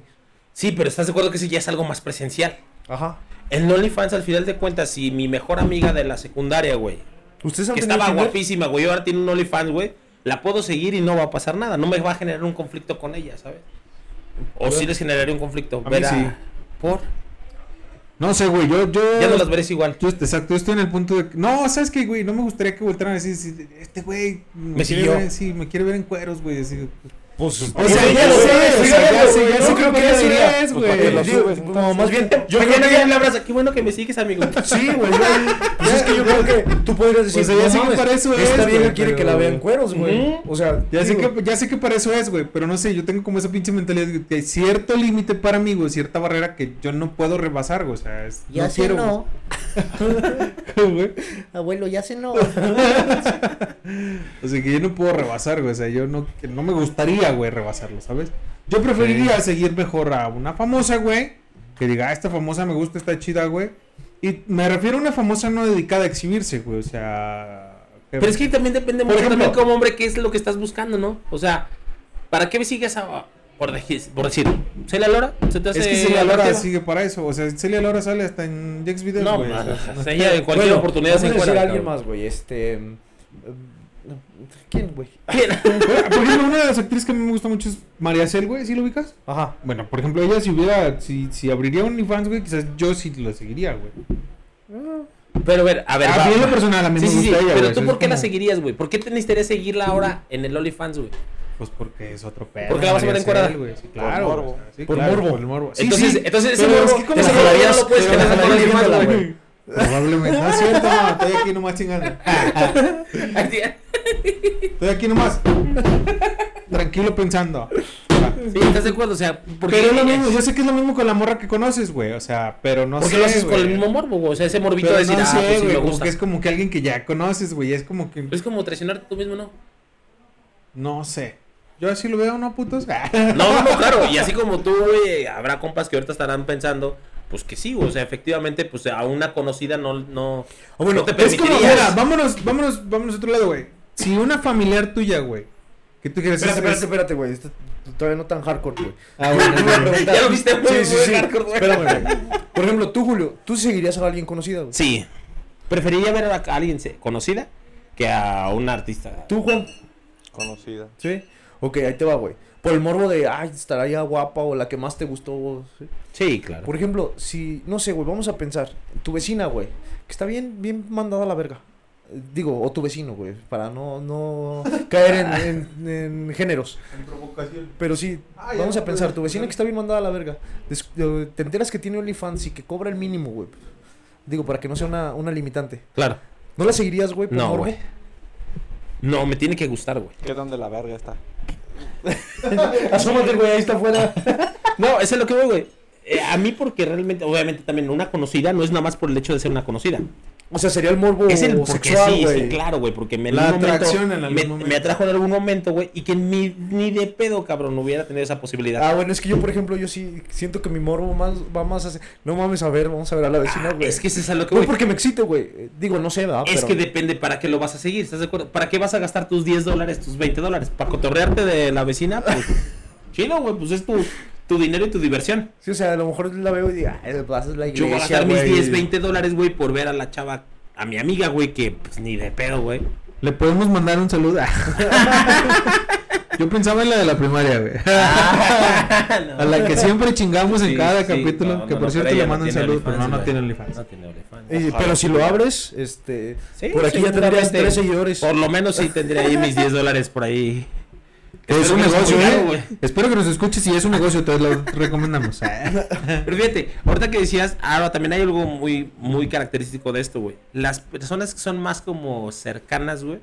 Sí, pero estás de acuerdo que sí ya es algo más presencial.
Ajá.
El OnlyFans, al final de cuentas, si mi mejor amiga de la secundaria, güey,
¿Ustedes han
que
tenido
estaba
Tinder?
guapísima, güey, ahora tiene un OnlyFans, güey, la puedo seguir y no va a pasar nada. No me va a generar un conflicto con ella, ¿sabes? O sí les generaría un conflicto.
mí
ver
sí.
¿Por?
No sé, güey, yo, yo...
Ya no las veréis igual.
Yo, exacto, yo estoy en el punto de... que- No, ¿sabes qué, güey? No me gustaría que voltaran a decir, sí, este güey...
Me
quiere
siguió.
ver- sí, me quiere ver en cueros, güey. así.
Pues,
O sea,
ya
ya
lo
sé,
ves,
o
ya
sea, ya
lo
sé,
ves,
ya
yo
sé
creo
que
que
eso
diría,
es,
pues, para que lo
güey.
subas,
digo,
entonces.
como más bien,
Yo mañana ya le abrazas. Qué bueno que me sigues, amigo.
Sí, güey. yo- Pues es que yo creo que tú podrías decir,
O sea, pues, ya
"No
sé que
mames,
para eso
esta
es,
vieja
güey,
quiere
pero-
que la vean cueros, güey.
Ujú.
O sea,
Ya sé,
digo,
que, ya sé que para eso es, güey, pero no sé, yo tengo como esa pinche mentalidad de que hay cierto límite para mí, güey, cierta barrera que yo no puedo rebasar, güey, o sea, es, no quiero, güey. güey.
Abuelo, ya se no.
O sea, que yo no puedo rebasar, güey, o sea, yo no, que no me gustaría, güey, rebasarlo, ¿sabes? Yo preferiría seguir mejor a una famosa, güey, que diga, "Ah, esta famosa me gusta, está chida, güey, y me refiero a una famosa no dedicada a exhibirse, güey, o sea...
Pero es que también depende
Por
mucho
ejemplo-
también como hombre qué es lo que estás buscando, ¿no? O sea, ¿para qué me sigues a... Por, dej- por decir, ¿se la lora? ¿Se te hace
Es que Celia Lora
atractiva?
sigue para eso, o sea, Celia Lora sale hasta en Jax Videos,
No,
güey. o sea,
o sea, ella en cualquier
bueno,
oportunidad se
vamos a decir
encuentra.
a alguien más, güey. Este. mm, mm, ¿Quién, güey?
Bueno, Por ejemplo, una de las actrices que a mí me gusta mucho es María Cel, güey, ¿sí lo ubicas?
Ajá.
Bueno, por ejemplo, ella si hubiera, si, si abriría OnlyFans, güey, quizás yo sí la seguiría, güey.
Pero a ver, a ver.
A
va,
mí en
va.
lo personal, a mí
Sí,
me
sí, sí,
gusta ella,
pero
güey,
tú
es
¿por qué la
como-
seguirías, güey? ¿Por qué te necesitaría seguirla ahora en el OnlyFans, güey?
Pues porque es otro pedo.
Porque la vas a ver
María
encuerada.
Cel, güey, sí, claro.
morbo.
o sea, sí,
Por
claro,
morbo.
Por el morbo. Sí,
Entonces,
sí,
entonces ese
pero
morbo,
es que como
ese
que
morbo
la
ya no lo puedes
pero
generar
la
con
gente
OnlyFans,
viéndola,
güey.
güey. Probablemente. No es cierto, no, estoy aquí nomás chingando. Estoy aquí nomás. Tranquilo pensando.
Sí, ¿Estás de acuerdo? O sea, ¿por qué?
Pero es lo mismo, yo sé que es lo mismo con la morra que conoces, güey. O sea, pero no
¿Por
sé.
qué lo haces con
güey.
el mismo morbo, güey? O sea, ese morbito
Pero
de decir,
no
ah,
sé,
pues sí
güey,
me
como
gusta.
que es como que alguien que ya conoces, güey. Es como que.
Es como traicionarte tú mismo, ¿no?
No sé. Yo así lo veo, ¿no, putos?
No, no, no, claro. Y así como tú, güey, habrá compas que ahorita estarán pensando, pues que sí, güey. O sea, efectivamente, pues a una conocida no, no,
bueno,
no te
es como,
permitirías.
mira, vámonos, vámonos, vámonos a otro lado, güey. Si una familiar tuya, güey, que tú quieres
Espérate, espérate, espérate, güey. esto Todavía no tan hardcore, güey.
Ah, bueno,
Te iba a preguntar-
Ya lo viste muy,
Sí, sí,
muy
sí.
hardcore, güey.
Espérame, güey. Por ejemplo, tú, Julio, ¿tú seguirías a alguien conocida, güey?
Sí. Preferiría ver a alguien se- conocida que a un artista.
¿Tú, Juan?
Conocida.
Sí. Ok, ahí te va, güey. Por el morbo de, ay, estará ya guapa o la que más te gustó. ¿sí?
Sí, claro.
Por ejemplo, si, no sé, güey, vamos a pensar, tu vecina, güey, que está bien, bien mandada a la verga. eh, Digo, o tu vecino, güey, para no, no caer en, en- en géneros.
En provocación.
Pero sí,
Ah, ya,
vamos a
no,
pensar,
pero-
tu vecina que está bien mandada a la verga, des- eh, te enteras que tiene OnlyFans y que cobra el mínimo, güey. Digo, para que no sea una, una limitante.
Claro.
¿No la seguirías, güey? por
No,
morbo?
güey. No, me tiene que gustar, güey.
¿Qué tan de la verga está?
Asómate, güey, ahí está afuera.
No, eso es lo que voy, güey. Eh, a mí porque realmente, obviamente también una conocida no es nada más por el hecho de ser una conocida.
O sea, sería el morbo
Es el porque
Oh, sexual,
sí,
güey.
sí, claro, güey, porque me, en
La
algún momento-
atracción en algún
me,
momento.
me atrajo en algún momento, güey, y que ni, ni de pedo, cabrón, hubiera tenido esa posibilidad.
Ah, bueno, es que yo, por ejemplo, yo sí siento que mi morbo más, va más hacia... No mames, a ver, vamos a ver a la vecina, güey.
Ah, es que ese es a lo que
Güey,
voy.
porque me excito, güey. Eh, Digo, no sé, ¿verdad?
Es
Pero-
que depende para qué lo vas a seguir, ¿estás de acuerdo? ¿Para qué vas a gastar tus 10 dólares, tus 20 dólares? ¿Para cotorrearte de la vecina? Pues, chido, güey, pues es tu, tu dinero y tu diversión.
Sí, o sea, a lo mejor la veo y digo, ah, vas a la
Yo voy a
iglesia,
gastar mis
güey.
10, 20 dólares, güey, por ver a la chava, a mi amiga, güey, que pues ni de pedo, güey.
Le podemos mandar un saludo. Yo pensaba en la de la primaria, güey. A la que siempre chingamos en
Ah, Sí,
cada
sí,
capítulo.
no,
que
no,
por
no,
cierto
pero
le
ella no
mandan
tiene
saludos, pero
OnlyFans,
no, no
güey.
tiene OnlyFans.
tiene OnlyFans.
Y- pero si lo abres, este...
Sí,
por aquí ya tendrías
seguramente.
tres seguidores.
Por lo menos sí tendría ahí mis 10 dólares por ahí.
Que es
Espero
un
que nos
negocio,
escucharon,
eh.
güey.
Espero que nos escuches y es un negocio, te lo recomendamos. Ah.
Pero fíjate, ahorita que decías, ahora también hay algo muy, muy característico de esto, güey. Las personas que son más como cercanas, güey,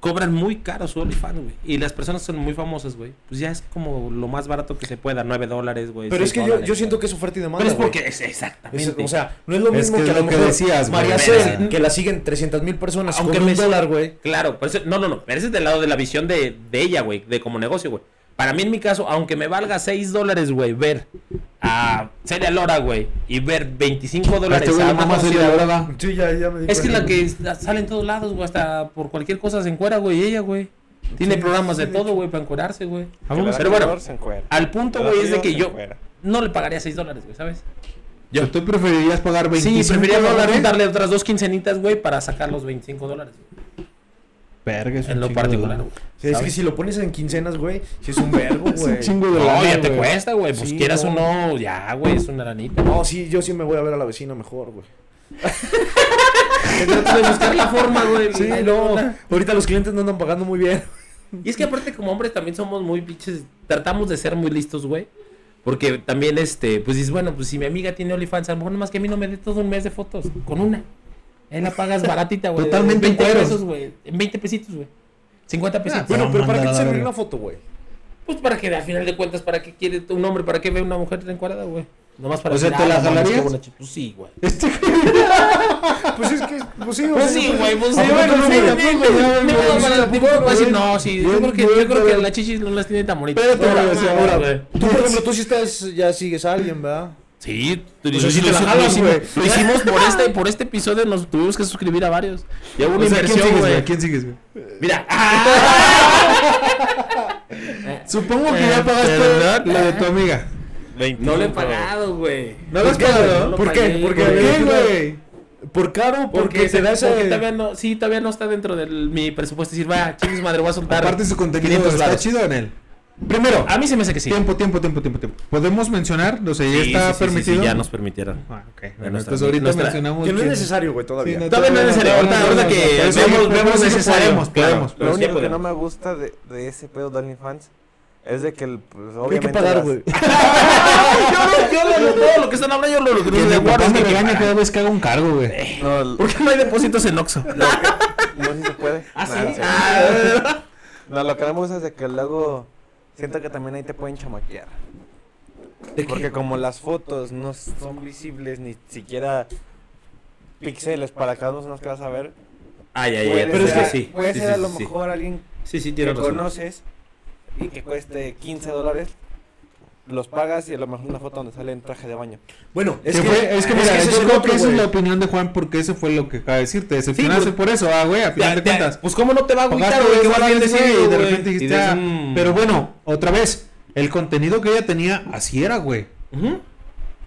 cobran muy caro su OnlyFans, güey. Y las personas que son muy famosas, güey. Pues ya es como lo más barato que se pueda, 9 dólares, güey.
Pero es que yo, yo siento que es oferta y demanda,
Pero es
güey.
porque, es-
Es-
exactamente.
o sea, no es lo
Es
mismo
que
que,
es
a
lo
lo
que
mejor
decías, güey.
María
Pero-
Cel, que la siguen 300 mil personas
Aunque
con
me-
un dólar, güey.
Claro, por eso, no, no, no, pero ese es del lado de la visión de, de ella, güey, de como negocio, güey. Para mí, en mi caso, aunque me valga 6 dólares, güey, ver a Celia Lora, güey, y ver 25
Este
dólares
güey,
a
la
una
mamá se le
conocida,
hablaba.
Sí, ya, ya me di
Es que es
cuenta.
la que está- sale en todos lados, güey, hasta por cualquier cosa se encuera, güey, ella, güey. Tiene
Sí,
programas
sí,
de
de
todo,
hecho.
güey, para encuerarse, güey.
Ah, vamos.
Pero bueno,
Se encuera.
al punto,
Que la
güey, es de
frío
que
se
yo
encuera.
no le pagaría 6 dólares, güey, ¿sabes?
Yo. ¿Tú preferirías pagar 25
Sí, preferiría no
Pues dólares?
darle otras dos quincenitas, güey, para sacar los 25 dólares, güey,
Verga, es un
en lo
chingo de
particular,
lana.
güey.
Sí, es que si lo pones en quincenas, güey, si es un vergo,
Es un
güey.
chingo de
No,
lana,
ya te
güey.
cuesta, güey. Pues
Sí,
quieras
no.
o no, ya, güey, es una ranita.
No, sí, yo sí me voy a ver a la vecina mejor, güey.
Trato de buscar la forma, güey.
Sí, no. Ahorita los clientes no andan pagando muy bien.
Y es que aparte como hombres también somos muy pinches, tratamos de ser muy listos, güey. Porque también, este, pues dices, bueno, pues si mi amiga tiene OnlyFans, a lo mejor nomás que a mí no me dé todo un mes de fotos, con una. Ahí la pagas baratita, güey.
Totalmente
en 20
en cueros.
pesos, güey. En 20 pesitos, güey. 50 pesitos.
Bueno,
No,
pero ¿para
manda
qué
la
te serviría
verga.
una foto, güey?
Pues para que al final de cuentas, ¿para qué quiere un hombre? ¿Para qué ve una mujer encuadrada, güey? Nomás para
O sea,
decir,
¿te
"Ah,
la
no mames, qué
jalarías?
buena chi-". Pues sí, güey.
Este
Pues es que, pues sí, o
Pues
sea,
sí, güey, pues sí,
¿a poco
bueno,
no,
sí,
güey?
sí,
¿A poco,
sí,
güey?
me puedo
Sí,
parar,
¿a
tipo,
poco,
puedo decir,
güey?
no, sí, yo
Bien,
creo que, yo
bien,
creo que
bien.
las chichis no las tiene tan bonitas.
Espérate,
Ahora,
güey, o sea,
ahora,
ahora,
güey.
Tú, por ejemplo, tú sí estás, ya sigues a alguien, ¿verdad?
Sí, tú
sea, sí te la jalas, güey.
lo hicimos por este, por este episodio, nos tuvimos que suscribir a varios. Ya hubo una
O sea, ¿quién
inversión,
sigues,
güey.
güey? ¿Quién sigues, güey?
Mira,
Supongo que
Eh,
ya pagaste lo de tu amiga.
no le he pagado, güey.
¿No lo has
No lo
pagado? ¿Por
pagué,
qué? ¿Por
güey.
qué, güey?
Por caro, porque,
Porque,
te da ese...
porque todavía no, sí, todavía no está dentro de mi presupuesto. Decir, va, chingos madre, voy a soltar.
Aparte su contenido
500
está
varos.
chido en él. Primero,
A mí se me hace que sí.
tiempo, tiempo, tiempo, tiempo, tiempo. ¿Podemos mencionar? O sea,
Sí,
ya
sí,
está
sí, sí,
permitido.
sí, ya nos permitieron.
Ah, ok.
Bueno,
Bueno,
nuestra-
entonces ahorita
nuestra-
mencionamos
Que no es necesario, güey, todavía.
Sí, no,
Todavía no es necesario.
No, no,
Ahorita,
no,
ahorita
no,
que
no, no, no,
vemos,
no, no,
vemos
no,
necesario.
podemos, podemos.
Lo
Pero sí
único que
podemos.
no me gusta de, de ese pedo de OnlyFans es de que el, pues,
Que Hay
obviamente
que pagar,
las-
güey.
yo, yo, yo, todo lo que están hablando, yo lo
Que
lo
mi papá
guardo.
me regaña cada vez que hago un cargo, güey.
No, l-
¿Por qué no hay depósitos en Oxxo?
no sé si se puede.
Ah, sí.
No, no, sé.
Ah,
No, lo que no me gusta es de que luego siento que también ahí te pueden chamaquear.
¿De qué?
Porque como las fotos no son visibles ni siquiera píxeles para cada uno las que vas a ver.
Ay, ay, ay.
puede
Pero es
ser-
que sí.
Puede
sí,
ser
sí,
a lo
sí, sí.
mejor alguien
Sí, sí,
que
tienes razón.
conoces y que cueste 15 dólares. Los pagas y a lo mejor una foto donde sale en traje de baño.
Bueno,
Es que, fue, es que mira,
ese
yo
el
creo
otro,
que esa es
güey.
la opinión de Juan porque eso fue lo que acaba de decirte. Decepcionaste
Sí,
por eso, ah, güey, a final
Ya,
de
ya,
cuentas.
Pues cómo no te va a agüitar,
Pagaste
güey, que
dos
vas bien
dólares,
decidido,
güey, y de
güey.
repente dijiste,
dices,
ah,
mm.
Pero bueno, otra vez, el contenido que ella tenía así era, güey.
Ujú.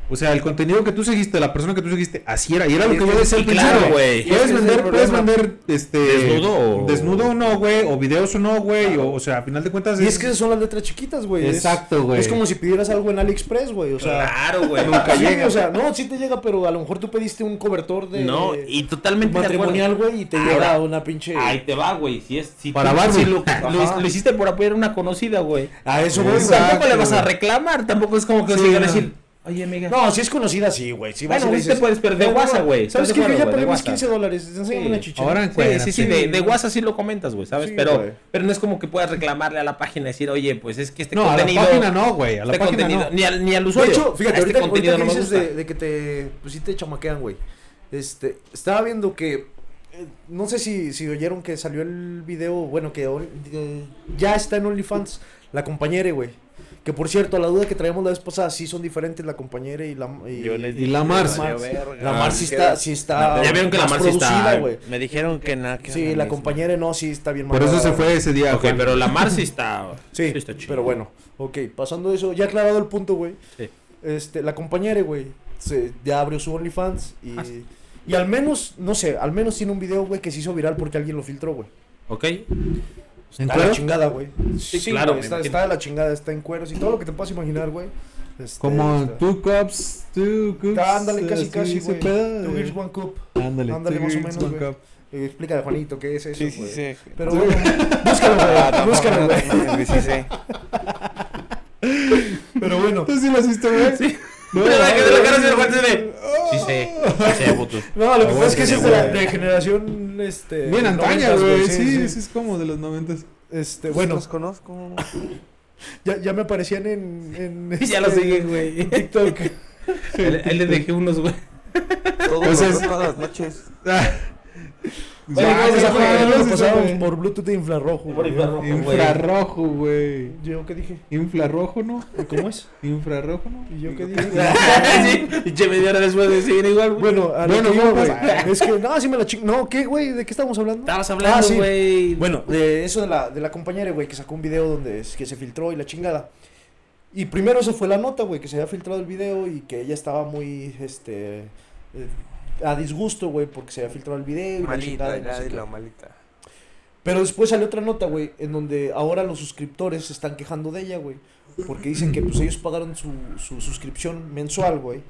O sea, el contenido que tú seguiste, la persona que tú seguiste, así era. Y era lo
Y
que yo
es-
decía al
y claro,
principio.
güey. Y ese
Puedes
es el
vender, puedes
problema.
vender, este...
¿Desnudo o-
Desnudo o no, güey. O videos o no, güey. O, o sea, a final de cuentas...
Y es que esas son las letras chiquitas, güey. Es-
Exacto, güey.
Es como si pidieras algo en AliExpress, güey. O sea,
Claro, güey.
nunca llega. O sea, no, sí te llega, pero a lo mejor tú pediste un cobertor de
No, y totalmente de acuerdo.
matrimonial, güey, y te
Ahora-
llega una pinche.
Ahí te va, güey. Si es, si
Para
tú-
Barbie.
si lo,
Ajá.
lo- lo hiciste por apoyar a una conocida, güey.
A eso voy,
Pues
güey.
tampoco le vas a reclamar, tampoco es como que
Sí,
se van a
no.
decir, oye, amiga.
No, si es conocida, sí, güey. Si vas
Bueno,
y le
sí te puedes perder
"No,
WhatsApp, güey.
¿Sabes
¿Estás
qué?
de
Yo ya
acuerdo,
perdí
güey?
mis
WhatsApp.
15 dólares. Enséñame
Sí.
una chicha.
Ahora
Sí,
encuentras.
sí, sí, de, de WhatsApp sí lo comentas, güey, ¿sabes?
Sí,
pero,
güey.
pero no es como que puedas reclamarle a la página y decir, oye, pues es que este
No, a la
contenido.
página no, güey. A la
este
página
contenido,
no.
ni, al, ni al
De
usuario.
hecho, fíjate,
a este
ahorita,
contenido
ahorita que
no me
dices
gusta.
de, de que te, pues sí te chamaquean, güey. Este, estaba viendo que, eh, no sé si, si oyeron que salió el video, bueno, que on- eh, ya está en OnlyFans, la compañera, güey. Que por cierto, la duda que traíamos la vez pasada, sí son diferentes la compañera y la... Y,
Yo les
Y la Mars.
La Mar sí está, sí está
Ah, Ya vieron que la
más
Mar sí está-
producida, güey.
Me dijeron que nada. que
Sí,
era
la
mismo.
compañera no, sí está bien
Por eso
mandada,
se
güey.
fue ese día,
Ok,
Juan.
pero la Mar sí está.
Sí,
está chido.
pero bueno, ok, pasando eso, ya aclarado el punto, güey.
Sí.
Este, la compañera, güey, se- ya abrió su OnlyFans y,
Ah,
y al menos, no sé, al menos tiene un video, güey, que se hizo viral porque alguien lo filtró, güey.
Ok.
Está de
cuero?
la chingada, güey. Sí,
claro,
claro.
me
Está,
imagino.
está de la chingada, está en cueros y todo lo que te puedas imaginar, güey. Este,
Como
está-
two cups, two cups.
Está, ándale, casi,
así,
casi,
ese
güey.
pedo,
Two
eh.
Girls One Cup.
Ándale,
Ándale,
two
más o
girls,
menos,
one
güey.
cup.
Eh, explícale, Juanito, ¿qué es eso,
Sí,
güey?
sí, sí. Ah,
Pero bueno, búscalo, güey. Búscalo, güey.
güey. Sí, sí.
Pero bueno.
¿Tú sí lo has visto, güey? Sí. No,
Mira la que- la cara
güey.
se levanta y se
Ah.
Sí, sé. Sí, sé, puto.
No, lo que
Ah,
pasa es
bueno,
que eso es
sí,
de, la-
güey.
de generación, este...
Bien antaña,
noventas,
güey. Sí, sí, es como de los noventas.
Este, bueno,
Los conozco.
ya, ya me aparecían en... en
Ya lo
este,
siguen, güey.
TikTok.
Él él le dejé unos, güey.
Todos
sea, Pues es-
los- todas las noches.
Oye,
Ya,
güey,
ya,
esa
ya,
jugada
ya,
lo
ya,
pasábamos
ya,
por Bluetooth de infrarrojo, güey.
Por infrarrojo.
Infrarrojo, güey.
¿Yo qué dije?
Infrarrojo, ¿no?
¿Cómo es?
Infrarrojo, ¿no?
¿Y yo qué dije?
sí, y che, media hora después de seguir igual, güey.
bueno, a lo
Bueno,
que
¿cómo
iba, güey,
pasa?
Es que, no, sí me la ching... No, ¿qué, güey? ¿De qué estamos hablando?
Estabas
Ah,
hablando,
sí.
güey.
Bueno, de eso de la, de la compañera, güey, que sacó un video donde es que se filtró y la chingada. Y primero eso fue la nota, güey, que se había filtrado el video y que ella estaba muy, este, eh, a disgusto, güey, porque se había filtrado el video y la
Malita,
chingada. y no
la
sé
de
qué.
la malita.
Pero después salió otra nota, güey, en donde ahora los suscriptores se están quejando de ella, güey. Porque dicen que pues ellos pagaron su, su suscripción mensual, güey.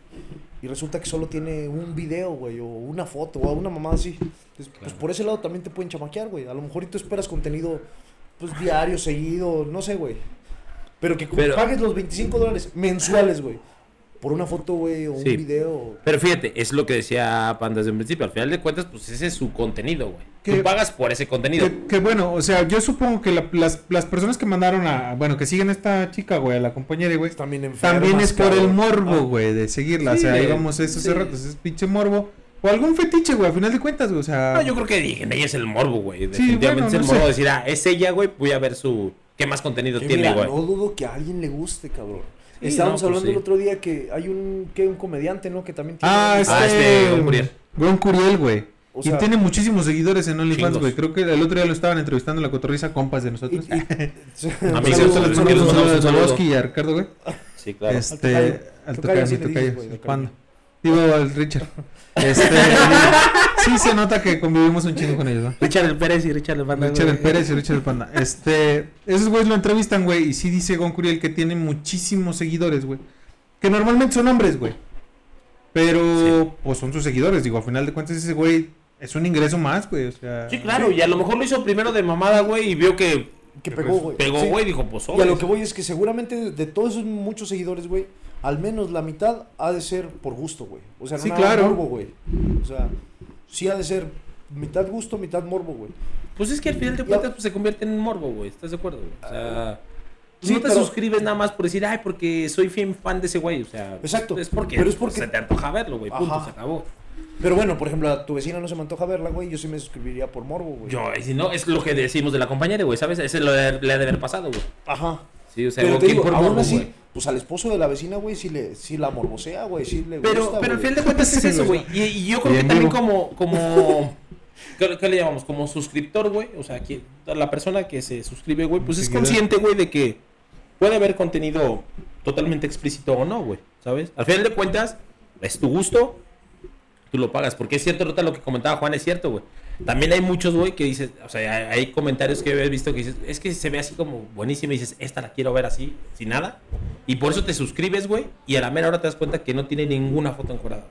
Y resulta que solo tiene un video, güey, o una foto, o una mamá así. Entonces, Pues por ese lado también te pueden chamaquear, güey. A lo mejor y tú esperas contenido, pues diario, seguido, no sé, güey. Pero que
Pero-
pagues los 25 dólares mensuales, güey. Por una foto, güey, o
Sí.
un video.
Pero fíjate, es lo que decía Panda desde un principio. Al final de cuentas, pues ese es su contenido, güey.
¿Qué?
Tú pagas por ese contenido.
Que, que bueno, o sea, yo supongo que la- las, las personas que mandaron a. Bueno, que siguen a esta chica, güey, a la compañera, güey.
También enfermas,
También es por el
cabrón.
morbo, güey, de seguirla.
Ah. Sí,
o sea,
de-
íbamos a eso hace
sí.
rato, es pinche morbo. O algún fetiche, güey, a final de cuentas, güey. O sea.
No, yo creo que dije, ella es el morbo, güey.
Sí,
Definitivamente
bueno,
es el
no
morbo
sé.
de decir, ah, es ella, güey, voy a ver su. ¿Qué más contenido
Que
tiene,
mira,
güey?
No dudo que a alguien le guste, cabrón.
Sí,
Estábamos
no, pues
hablando
sí.
el otro día que hay un, que un comediante, ¿no? Que también tiene.
Ah, este.
Ah, este, Gon Curiel.
Gon Curiel, güey.
O
y
sea-
tiene muchísimos seguidores en OnlyFans,
Chingos.
güey. Creo que el otro día lo estaban entrevistando en la cotorriza compas de nosotros. Ah, pues,
Y-
Ah,
y-
este.
Saludos
Amigos, les
a
mandamos un
Alonso
saludo.
Zabrowski y a Ricardo, güey.
Sí, claro.
Este,
Al tocayo.
al
Tocayo,
tocayo,
sí
mi
le
tocayo,
dices, güey,
el
tocayo.
panda. Digo, al Richard. Este, sí se nota que convivimos un chingo con ellos, ¿no?
Richard el Pérez y Richard el Panda.
Richard el
güey.
Pérez y Richard el Panda. Este, esos güeyes lo entrevistan, güey, y sí dice Gon Curiel que tiene muchísimos seguidores, güey. Que normalmente son hombres, güey. Pero, pues son sus seguidores, digo, al final de cuentas ese güey es un ingreso más, güey, o sea.
Sí, claro. Y a lo mejor lo hizo primero de mamada, güey, y vio que
que pegó, güey.
pegó,
Sí.
güey, dijo,
Y
pues,
a
sobres.
lo que voy es que seguramente de- de todos esos muchos seguidores, güey, al menos la mitad ha de ser por gusto, güey. O sea, no
Sí,
nada más
claro.
morbo, güey. O sea, sí ha de ser mitad gusto, mitad morbo, güey.
Pues es que al final de
Ya.
cuentas pues, se convierte en un morbo, güey. ¿Estás de acuerdo? güey? O sea,
sí,
no te
pero-
suscribes nada más por decir, ay, porque soy fiel fan de ese güey. O sea,
Exacto,
Es porque,
pero es porque-
se te antoja verlo, güey. Punto,
Ajá.
se acabó.
Pero bueno, por ejemplo, a tu vecina no se me antoja verla, güey. Yo sí me suscribiría por morbo, güey.
Yo, y si no, es lo que decimos de la compañera, güey, ¿sabes? Ese lo le le ha de haber pasado, güey.
Ajá.
Sí, o sea,
Pero
digo,
te
¿quién
digo,
por
aún
morbo,
así,
güey?
pues al esposo de la vecina, güey, sí, le, sí la morbosea, güey, sí le
Pero,
gusta,
pero al
güey.
final de cuentas es
Sí,
eso,
güey.
güey. Y, y yo creo
Y
que
en
también
vivo.
como, como ¿qué, qué le llamamos? Como suscriptor, güey. O sea, que la persona que se suscribe, güey, pues es
Seguidor.
consciente, güey, de que puede haber contenido totalmente explícito o no, güey. ¿Sabes? Al final de cuentas, es tu gusto, tú lo pagas. Porque es cierto, ahorita lo que comentaba Juan es cierto, güey. También hay muchos, güey, que dices, o sea, hay, hay comentarios que he visto que dices, es que se ve así como buenísima y dices, esta la quiero ver así, sin nada. Y por eso te suscribes, güey, y a la mera hora te das cuenta que no tiene ninguna foto encuadrada.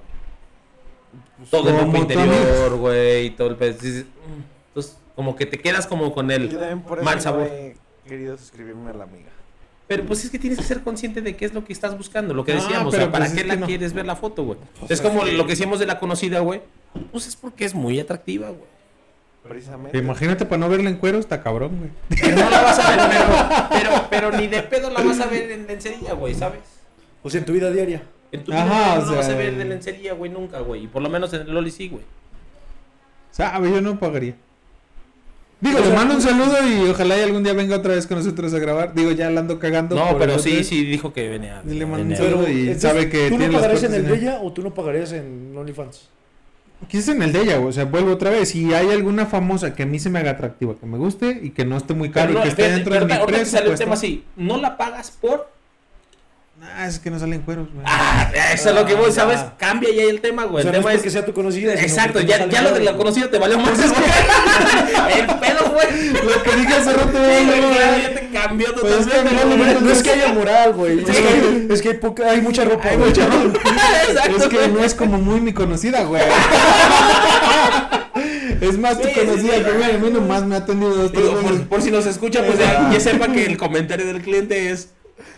Todo el
Pues como
ropa interior,
también.
güey, y todo el pedo. Dices, "Mm". Entonces, como que te quedas como con
Yo
el
también por eso
mal
no
sabor.
he querido suscribirme a la amiga.
Pero pues es que tienes que ser consciente de qué es lo que estás buscando, lo que
No,
decíamos, o
pero
sea, ¿para
pues es
qué la
que no.
quieres ver la foto, güey? es como lo que decíamos de la conocida, güey. Pues es porque es muy atractiva, güey.
Precisamente.
Imagínate para no verla en cuero, está cabrón, güey.
Pero no la vas a ver, pero, pero, pero ni de pedo la vas a ver en lencería, güey, ¿sabes?
O sea, en tu vida diaria.
En tu
Ajá,
vida no
o
la vas a
sea,
ver de lencería, güey, nunca, güey. Y por lo menos en el Loli sí, güey.
Sabe, yo no pagaría. Digo, les mando
pues,
un saludo y ojalá y algún día venga otra vez con nosotros a grabar. Digo, ya la ando cagando.
No,
por
pero
el
sí,
hotel.
sí dijo que venía.
Y le mando
venía.
un saludo. y sabe que
¿Tú no
tiene las
pagarías
puertas
en el de
en el-
ella o tú no pagarías en OnlyFans?
Quizás en el de ella, güey. O sea, vuelvo otra vez. Si hay alguna famosa que a mí se me haga atractiva, que me guste y que no esté muy
Pero
caro y
no,
que esté
fíjate,
dentro de mi
ahorita- ahorita que salió el tema
presupuesto.
así, no la pagas por
Ah, es que no salen cueros, güey.
Ah, eso es lo que vos sabes, Ah. cambia ya el tema,
O
güey.
sea,
Pues el
no es
tema es
porque sea tu conocida. sino
Exacto,
porque
ya,
sale
ya lo de la
diario.
conocida te valió más. el pedo fue.
Pues Lo que dije hace rato, güey,
Sí,
no,
güey,
güey.
claro, ya te cambió
Pues es que
totalmente.
no,
güey.
No es que haya moral, güey. Es que, es que hay, poca- hay mucha ropa.
Ay,
güey.
güey, chaval.
Exacto,
Es que
güey.
no es como muy mi conocida, güey. Es más tu
Sí, sí,
conocida
sí.
que, güey, a mí nomás me ha atendido dos, tres
Digo, por,
veces.
por si nos escucha, pues ya, ya sepa que el comentario del cliente es: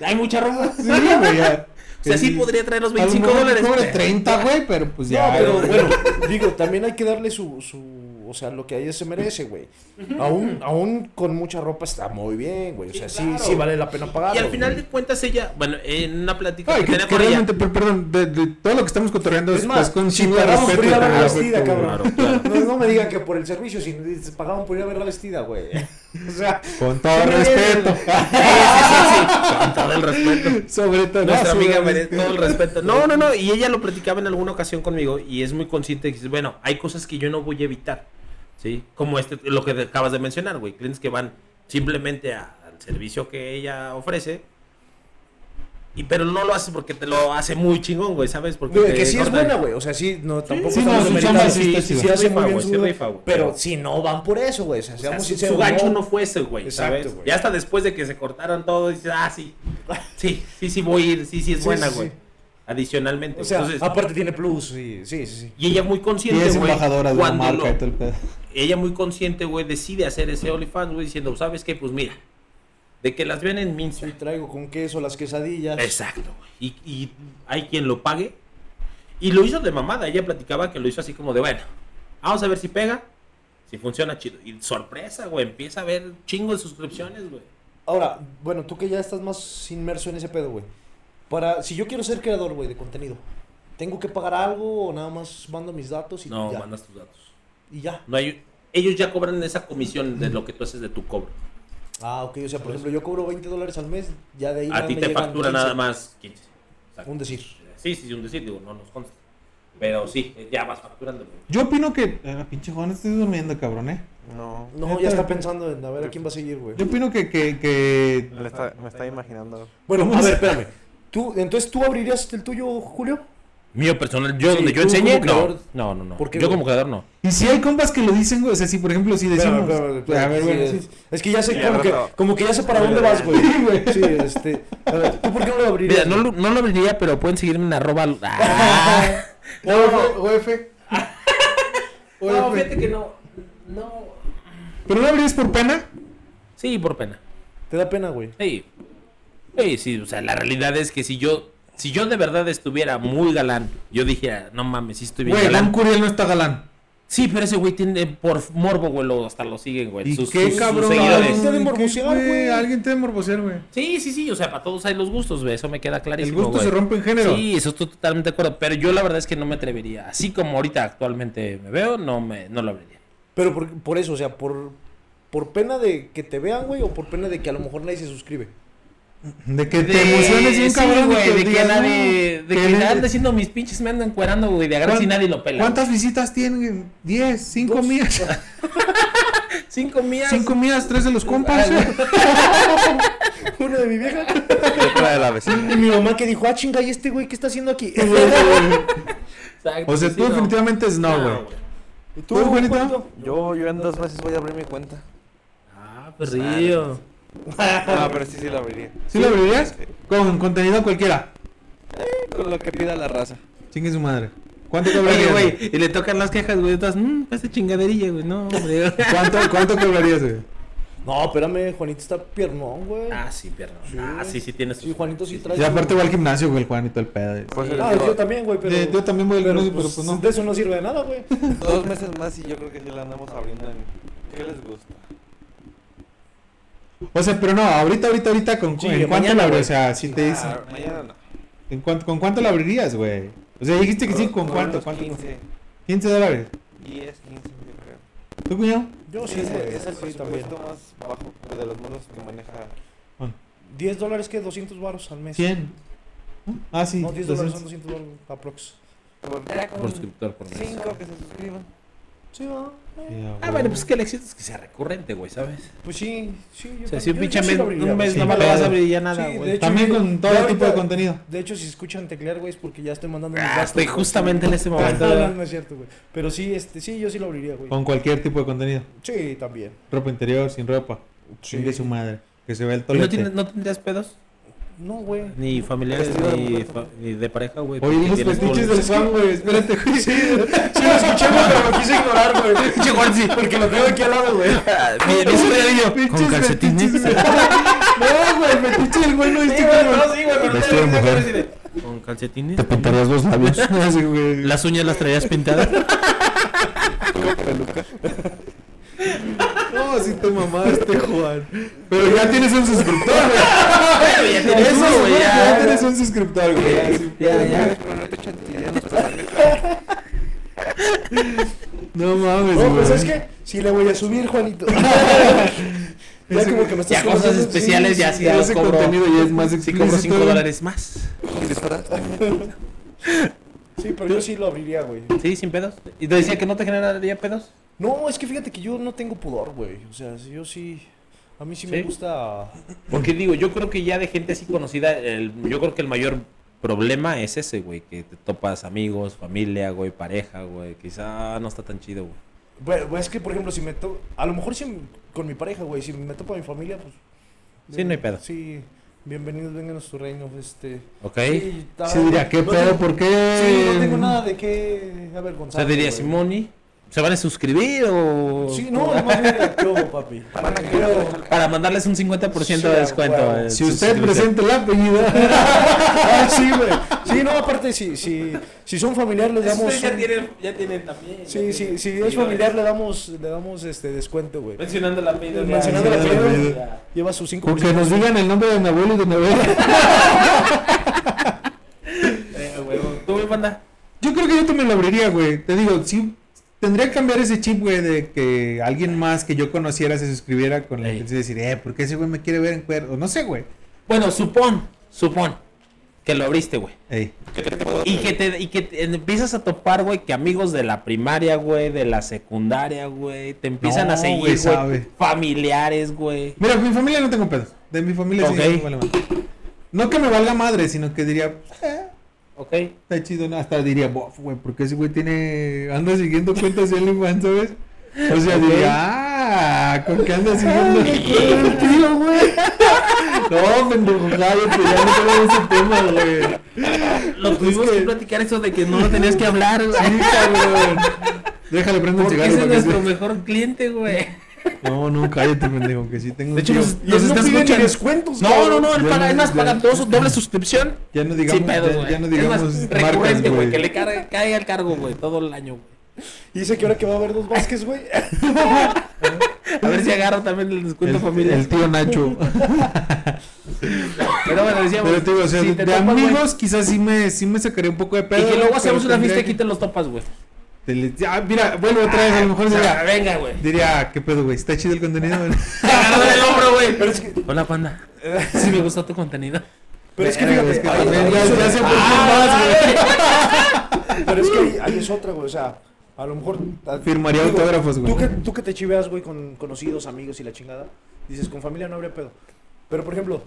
Hay mucha ropa.
Sí, güey, ya.
O sea, sí
El-
podría traer los
a lo
25
mejor
dólares.
cobre
pero-
30, güey, pero pues ya.
No, pero
güey.
bueno, digo, también hay que darle su, su o sea, lo que a ella se merece, güey. Aún, aún con mucha ropa está muy bien, güey. O sea, sí, sí vale la pena pagar.
Y al final de cuentas, ella, bueno, en una plática
Ay,
que
que,
tenía
que
con ella.
realmente, per- perdón, de, de todo lo que estamos cotorreando es,
Es más,
es Pues, con
si
chingo de
pagamos
respeto.
por ir a verla
güey.
vestida, cabrón.
Claro, claro.
No, no me digan que por el servicio, si pagaban por ir a verla vestida, güey. O sea,
Con todo
Sí,
respeto. pues,
Con todo el respeto.
Sobre todo.
Nuestra
no,
amiga
sobre-
merece todo el respeto. No, no, no. Y ella lo platicaba en alguna ocasión conmigo y es muy consciente. que dice, bueno, hay cosas que yo no voy a evitar. ¿Sí? Como este, lo que acabas de mencionar, güey. Clientes que van simplemente a- al servicio que ella ofrece. Y pero no lo hace porque te lo hace muy chingón, güey, ¿sabes? Porque
Digo,
te
que sí es
cortan-
buena, güey. O sea, sí, no, tampoco
sí,
estamos
no, su
demeritando.
chamba sí está
sí,
chida.
sí hace muy
Rifa,
bien
güey,
su
sí
duda,
rifa, güey.
Pero si no van por eso, güey. O sea,
O sea,
seamos
su,
sinceros.
su gancho
no.
no fue ese, güey,
Exacto,
¿sabes?
güey.
Ya hasta después de que se cortaron todo, dices, ah, sí. Sí, sí, sí voy a ir. Sí, sí es
Sí,
buena,
sí,
güey.
sí.
Adicionalmente.
O
güey.
sea,
Entonces-
aparte tiene plus. Sí, sí, sí. sí.
Y ella muy
Y
consciente,
es
güey.
embajadora de una
cuando
marca y
lo-
todo el pedo.
Ella muy consciente, güey, decide hacer ese OnlyFans, güey, diciendo, ¿sabes qué? Pues mira, de que las ven en mi
Sí,
Instagram.
traigo con queso las quesadillas.
Exacto, güey. Y, y hay quien lo pague. Y lo hizo de mamada. Ella platicaba que lo hizo así como de, bueno, vamos a ver si pega. Si funciona chido. Y sorpresa, güey, empieza a ver chingo de suscripciones, güey.
Ahora, bueno, tú que ya estás más inmerso en ese pedo, güey. Para, si yo quiero ser creador, güey, de contenido, ¿tengo que pagar algo o nada más mando mis datos y
No,
ya?
mandas tus datos.
Y ya.
No hay, ellos ya cobran esa comisión de lo que tú haces de tu cobro.
Ah, ok, o sea, por ejemplo, yo cobro 20 dólares al mes, ya de ahí
A
ya
ti
me
te
llegan
factura
15.
nada más 15. Exacto.
Un decir.
Sí, sí, sí, un decir, digo, no nos consta. Pero sí, eh, ya vas facturando. güey.
Yo opino que. Ah, pinche Juan, estoy durmiendo, cabrón, eh.
No.
No, ya está pensando en a ver a quién va a seguir, güey.
Yo opino que. que, que...
le está- me está imaginando.
Bueno, a ver, espérame. ¿Tú, entonces, ¿tú abrirías el tuyo, Julio?
Mío personal, yo
Sí,
donde yo
tú
enseñé,
como creador-
no. No, no, no.
¿Por qué,
yo
güey?
como creador no.
Y si hay compas que lo dicen, güey. O sea, si por ejemplo, si decimos.
Espérame, espérame, espérame,
pues, a ver,
sí,
bueno,
es,
sí.
es que ya sé,
Ya,
como que,
Roberto.
como que ya sé para dónde vas, güey. Sí, este. A ver, ¿tú por qué no lo
Mira,
abrirías?
no,
güey?
lo- no lo abriría, pero pueden seguirme en arroba. Ah.
OF. OF.
que no. No.
Pero no abrías por pena.
Sí, por pena.
Te da pena, güey.
Sí. Sí, sí, o sea, la realidad es que si yo. Si yo de verdad estuviera muy galán, yo dijera, no mames, sí estoy bien
Güey, Don
galán.
Curiel no está galán.
Sí, pero ese güey tiene por morbo, güey, lo- hasta lo siguen, güey.
¿Y
sus-
qué
sus- sus
cabrón?
seguidores.
Alguien te ha de
¿Qué,
morbosear, güey?
Alguien te ha de morbosear, güey.
Sí, sí, sí, o sea, para todos hay los gustos, güey, eso me queda
El
clarísimo.
gusto se
güey.
rompe en género.
Sí, eso estoy totalmente de acuerdo, pero yo la verdad es que no me atrevería. Así como ahorita actualmente me veo, no me no lo abriría.
Pero por, por eso, o sea, por, por pena de que te vean, güey, o por pena de que a lo mejor nadie se suscribe.
De que te emociones bien
sí,
cabrón. y
güey, de que
digas, no,
nadie, de
que
que
le-
andan haciendo mis pinches me andan cuerando, güey, de agarrar si
¿Cuán-
nadie lo pela.
¿Cuántas visitas tienen? ¿10? ¿5
Dos.
mías?
güey. Cinco mías.
Cinco mías, tres de los compas.
Uno de mi vieja.
Otra de la vecina.
Y mi mamá que dijo, ah, chinga, ¿y este güey qué está haciendo aquí?
Exacto,
o sea,
sí,
tú
no.
definitivamente es no,
No,
güey.
güey.
¿Y
¿Tú, Juanito?
Juanito?
Pues, Yo, yo en dos meses voy a abrir mi cuenta.
Ah, perrillo.
Ah, pero sí, sí la abriría.
¿Sí lo abrirías? Con contenido cualquiera.
Con lo que pida la raza.
Chingue su madre. ¿Cuánto
Oye,
cobrarías?
güey,
güey?
y le tocan las quejas, güey, todas,
"Mm,
mmm,
pues,
esta chingaderilla, güey, no, hombre.
¿Cuánto, cuánto cobrarías, güey?
No, espérame, Juanito está piernón, güey.
Ah, sí, pierna.
Sí.
Ah, sí, sí tienes.
Sí, Juanito sí trae.
Y aparte va al gimnasio, güey, el Juan y todo el pedo. y-
Pues
Ah, yo también, güey, pero.
Eh, yo también voy al
pero,
gimnasio, pero
pues,
pues no.
De eso no sirve de nada, güey.
dos meses más y yo creo que sí la andamos abriendo en... ¿Qué les gusta?
O sea, pero no, ahorita, ahorita, ahorita, ¿con cu-
Sí,
¿en cuánto
mañana,
la
güey.
abrirías? O sea, si te dicen,
Ah, mañana no.
¿en cuánto- ¿con cuánto la abrirías, güey? O sea, dijiste que sí, ¿con
Por
cuánto?
unos
¿Cuánto?
15,
15 dólares.
10, 15 yo creo.
¿Tú, cuñado?
Yo sí,
Ese-
güey.
ese es el
sí, también.
presupuesto más bajo de los modos que maneja.
10 dólares que 200 baros al mes.
100. Ah, sí.
No, 10 dólares son
200.
200 baros, aprox.
Por suscriptor, por mes.
5 que se suscriban.
Sí, va.
Sí,
Ah, bueno, pues que el éxito es que sea recurrente, güey, ¿sabes?
Pues sí, sí. Yo
O sea,
también-
si un
yo-
pinche
yo sí
mes,
lo abriría,
un mes
güey.
no
sin
me lo vas a
pedo.
abrir ya nada,
Sí,
güey.
de hecho,
También
yo-
con
yo
todo tipo de
ahorita-
contenido.
De hecho, si escuchan teclear, güey, es porque ya estoy mandando mis
Ah,
gastos,
estoy
güey.
justamente en ese momento.
No,
güey.
no es cierto, güey. Pero sí, este, sí, yo sí lo abriría, güey.
Con cualquier tipo de contenido.
Sí, también.
Ropa interior, sin ropa. Chingue su madre. Que se vea el
¿Y ¿No,
tolete.
tienes, ¿No tendrías pedos?
No, güey.
Ni familiares,
Vestido de
ni,
mujer,
fa- ni de pareja,
Oye,
güey. porque
dices
tienes
fetiches
pol-
del Juan, güey. Espérate, güey.
Sí, lo escuché, güey, pero lo quise ignorar, güey. Porque lo tengo aquí al lado, güey.
Ah,
Bien, bien, bien, ¿Con calcetines? No, güey, el fetiche del güey no diste cuenta.
sí, güey, pero
Vestido de mujer.
Con calcetines.
pintarías los labios? Sí, güey.
Las uñas las traías pintadas.
No, si te mamaste, Juan. Pero ya tienes un suscriptor, güey.
ya tienes
Eso,
uno,
güey,
güey.
Ya
Ya,
tienes un suscriptor, güey. Así,
ya, ya.
No mames, güey.
No, pues es que sí le voy a subir, Juanito. ya como que me estás
Ya cosas
conociendo,
especiales,
sí,
ya
sí,
sí
ya
los
ese
cobro.
contenido ya es más
Sí cobro
explícito,
5
güey.
dólares más.
Sí, pero yo sí lo abriría, güey.
Sí, sin pedos. ¿Y te decía que no te generaría pedos?
No, es que fíjate que yo no tengo pudor, güey. O sea, si yo sí. A mí sí, me
¿Sí?
gusta.
Porque digo, yo creo que ya de gente así conocida, el- yo creo que el mayor problema es ese, güey, que te topas amigos, familia, güey, pareja, güey, quizá no está tan chido, güey.
Bueno, güey, es que, por ejemplo, si me topo. A lo mejor si m- con mi pareja, güey. Si me topo a mi familia, pues.
Sí, no hay pedo.
Sí, bienvenidos, vengan a su reino. Este.
¿Ok?
Sí, ta-
Sí, diría, ¿qué
no
pedo?
tengo-
¿Por qué?
Sí,
Em,
no tengo nada de qué
o
avergonzarme.
sea, diría,
güey.
Simoni, ¿se van a suscribir o...?
Sí, no, nomás mira, ¿qué hubo, papi? ¿Qué hubo?
Para mandarles un 50%
Sí,
de
a
descuento.
huevo.
eh,
Si usted
suscribirse.
presenta el apellido.
Ah, sí, güey. Sí, no, aparte, si, si, si son familiares, les damos. un-
tienen, Este ya tienen también.
Sí, sí, si es familiar, le damos, le damos este descuento, güey.
Mencionando la pena.
Mencionando
ya,
la
ya,
primera,
ya.
lleva sus 5
Con que nos digan el nombre de mi abuelo y de mi abuela.
¿Tú, mi banda?
Yo creo que yo también lo abriría, güey. Te digo, sí. Tendría que cambiar ese chip, güey, de que alguien más que yo conociera se suscribiera con la
Ey.
intención de decir, eh, ¿por qué ese güey me quiere ver en cuerpo? No sé, güey.
Bueno, supón, supón que lo abriste, güey.
Ey.
Y que te, y que te empiezas a topar, güey, que amigos de la primaria, güey, de la secundaria, güey, te empiezan
No,
a seguir,
güey,
güey,
sabe.
familiares, güey.
Mira, con mi familia no tengo pedos. De mi familia sí, no
Ok.
me vale madre. No que me valga madre, sino que diría, eh,
¿Ok?
está chido, ¿no? hasta diría, bof, güey, porque ese güey tiene, anda siguiendo cuentas de OnlyFans, ¿sabes? O sea, diría, ah, ¿con qué anda siguiendo el tío, güey? No, pendejo, Javi, pero ya no tengo ese tema, güey.
Lo tuvimos que platicar eso de que no lo tenías que hablar,
Sí, cabrón. Déjale, prendo un
Porque
cigarro.
ese es
para que se-
nuestro mejor cliente, güey.
No, no, cállate, pendejo, que sí tengo
De hecho,
un tío.
nos-
Y él no pide ni descuentos,
No,
cabrón.
no, no, él
Ya
paga,
no-
es más,
ya-
paga todo su doble suscripción.
Ya no digamos,
sin pedos,
ya,
güey.
ya no digamos
es más,
marcas,
recurrente, güey, que
güey.
le cargue- caiga el cargo, güey, todo el año, güey.
Y dice que ahora que va a haber dos Vázquez, güey.
A ver si agarro también el descuento
El,
familiar.
el tío Nacho.
Pero bueno, decíamos.
Pero te digo, o sea,
si
de,
te
de
topas, güey,
amigos quizás sí me, sí me sacaría un poco de pedo.
Y que luego
pero
hacemos una
tendría
fiesta y
que-
aquí te los topas, güey.
te le- Ah, mira, vuelvo otra vez, a lo mejor
Ah,
sería...
Venga, güey.
Diría, ¿qué pedo, güey? ¿Está chido el contenido? güey?"
Te agarró del hombro, güey. Hola, panda. Sí me gustó tu contenido.
Pero es que
Verga,
fíjate,
es que
ahí-
también
ahí
ya,
es
ya
otra-
sé por qué más, güey.
pero es que ahí, ahí es otra, güey. O sea, A lo mejor. a-
Firmaría
digo,
autógrafos, güey.
Tú que, tú que te chiveas, güey, con conocidos, amigos y la chingada. Dices, con familia no habría pedo. Pero, por ejemplo,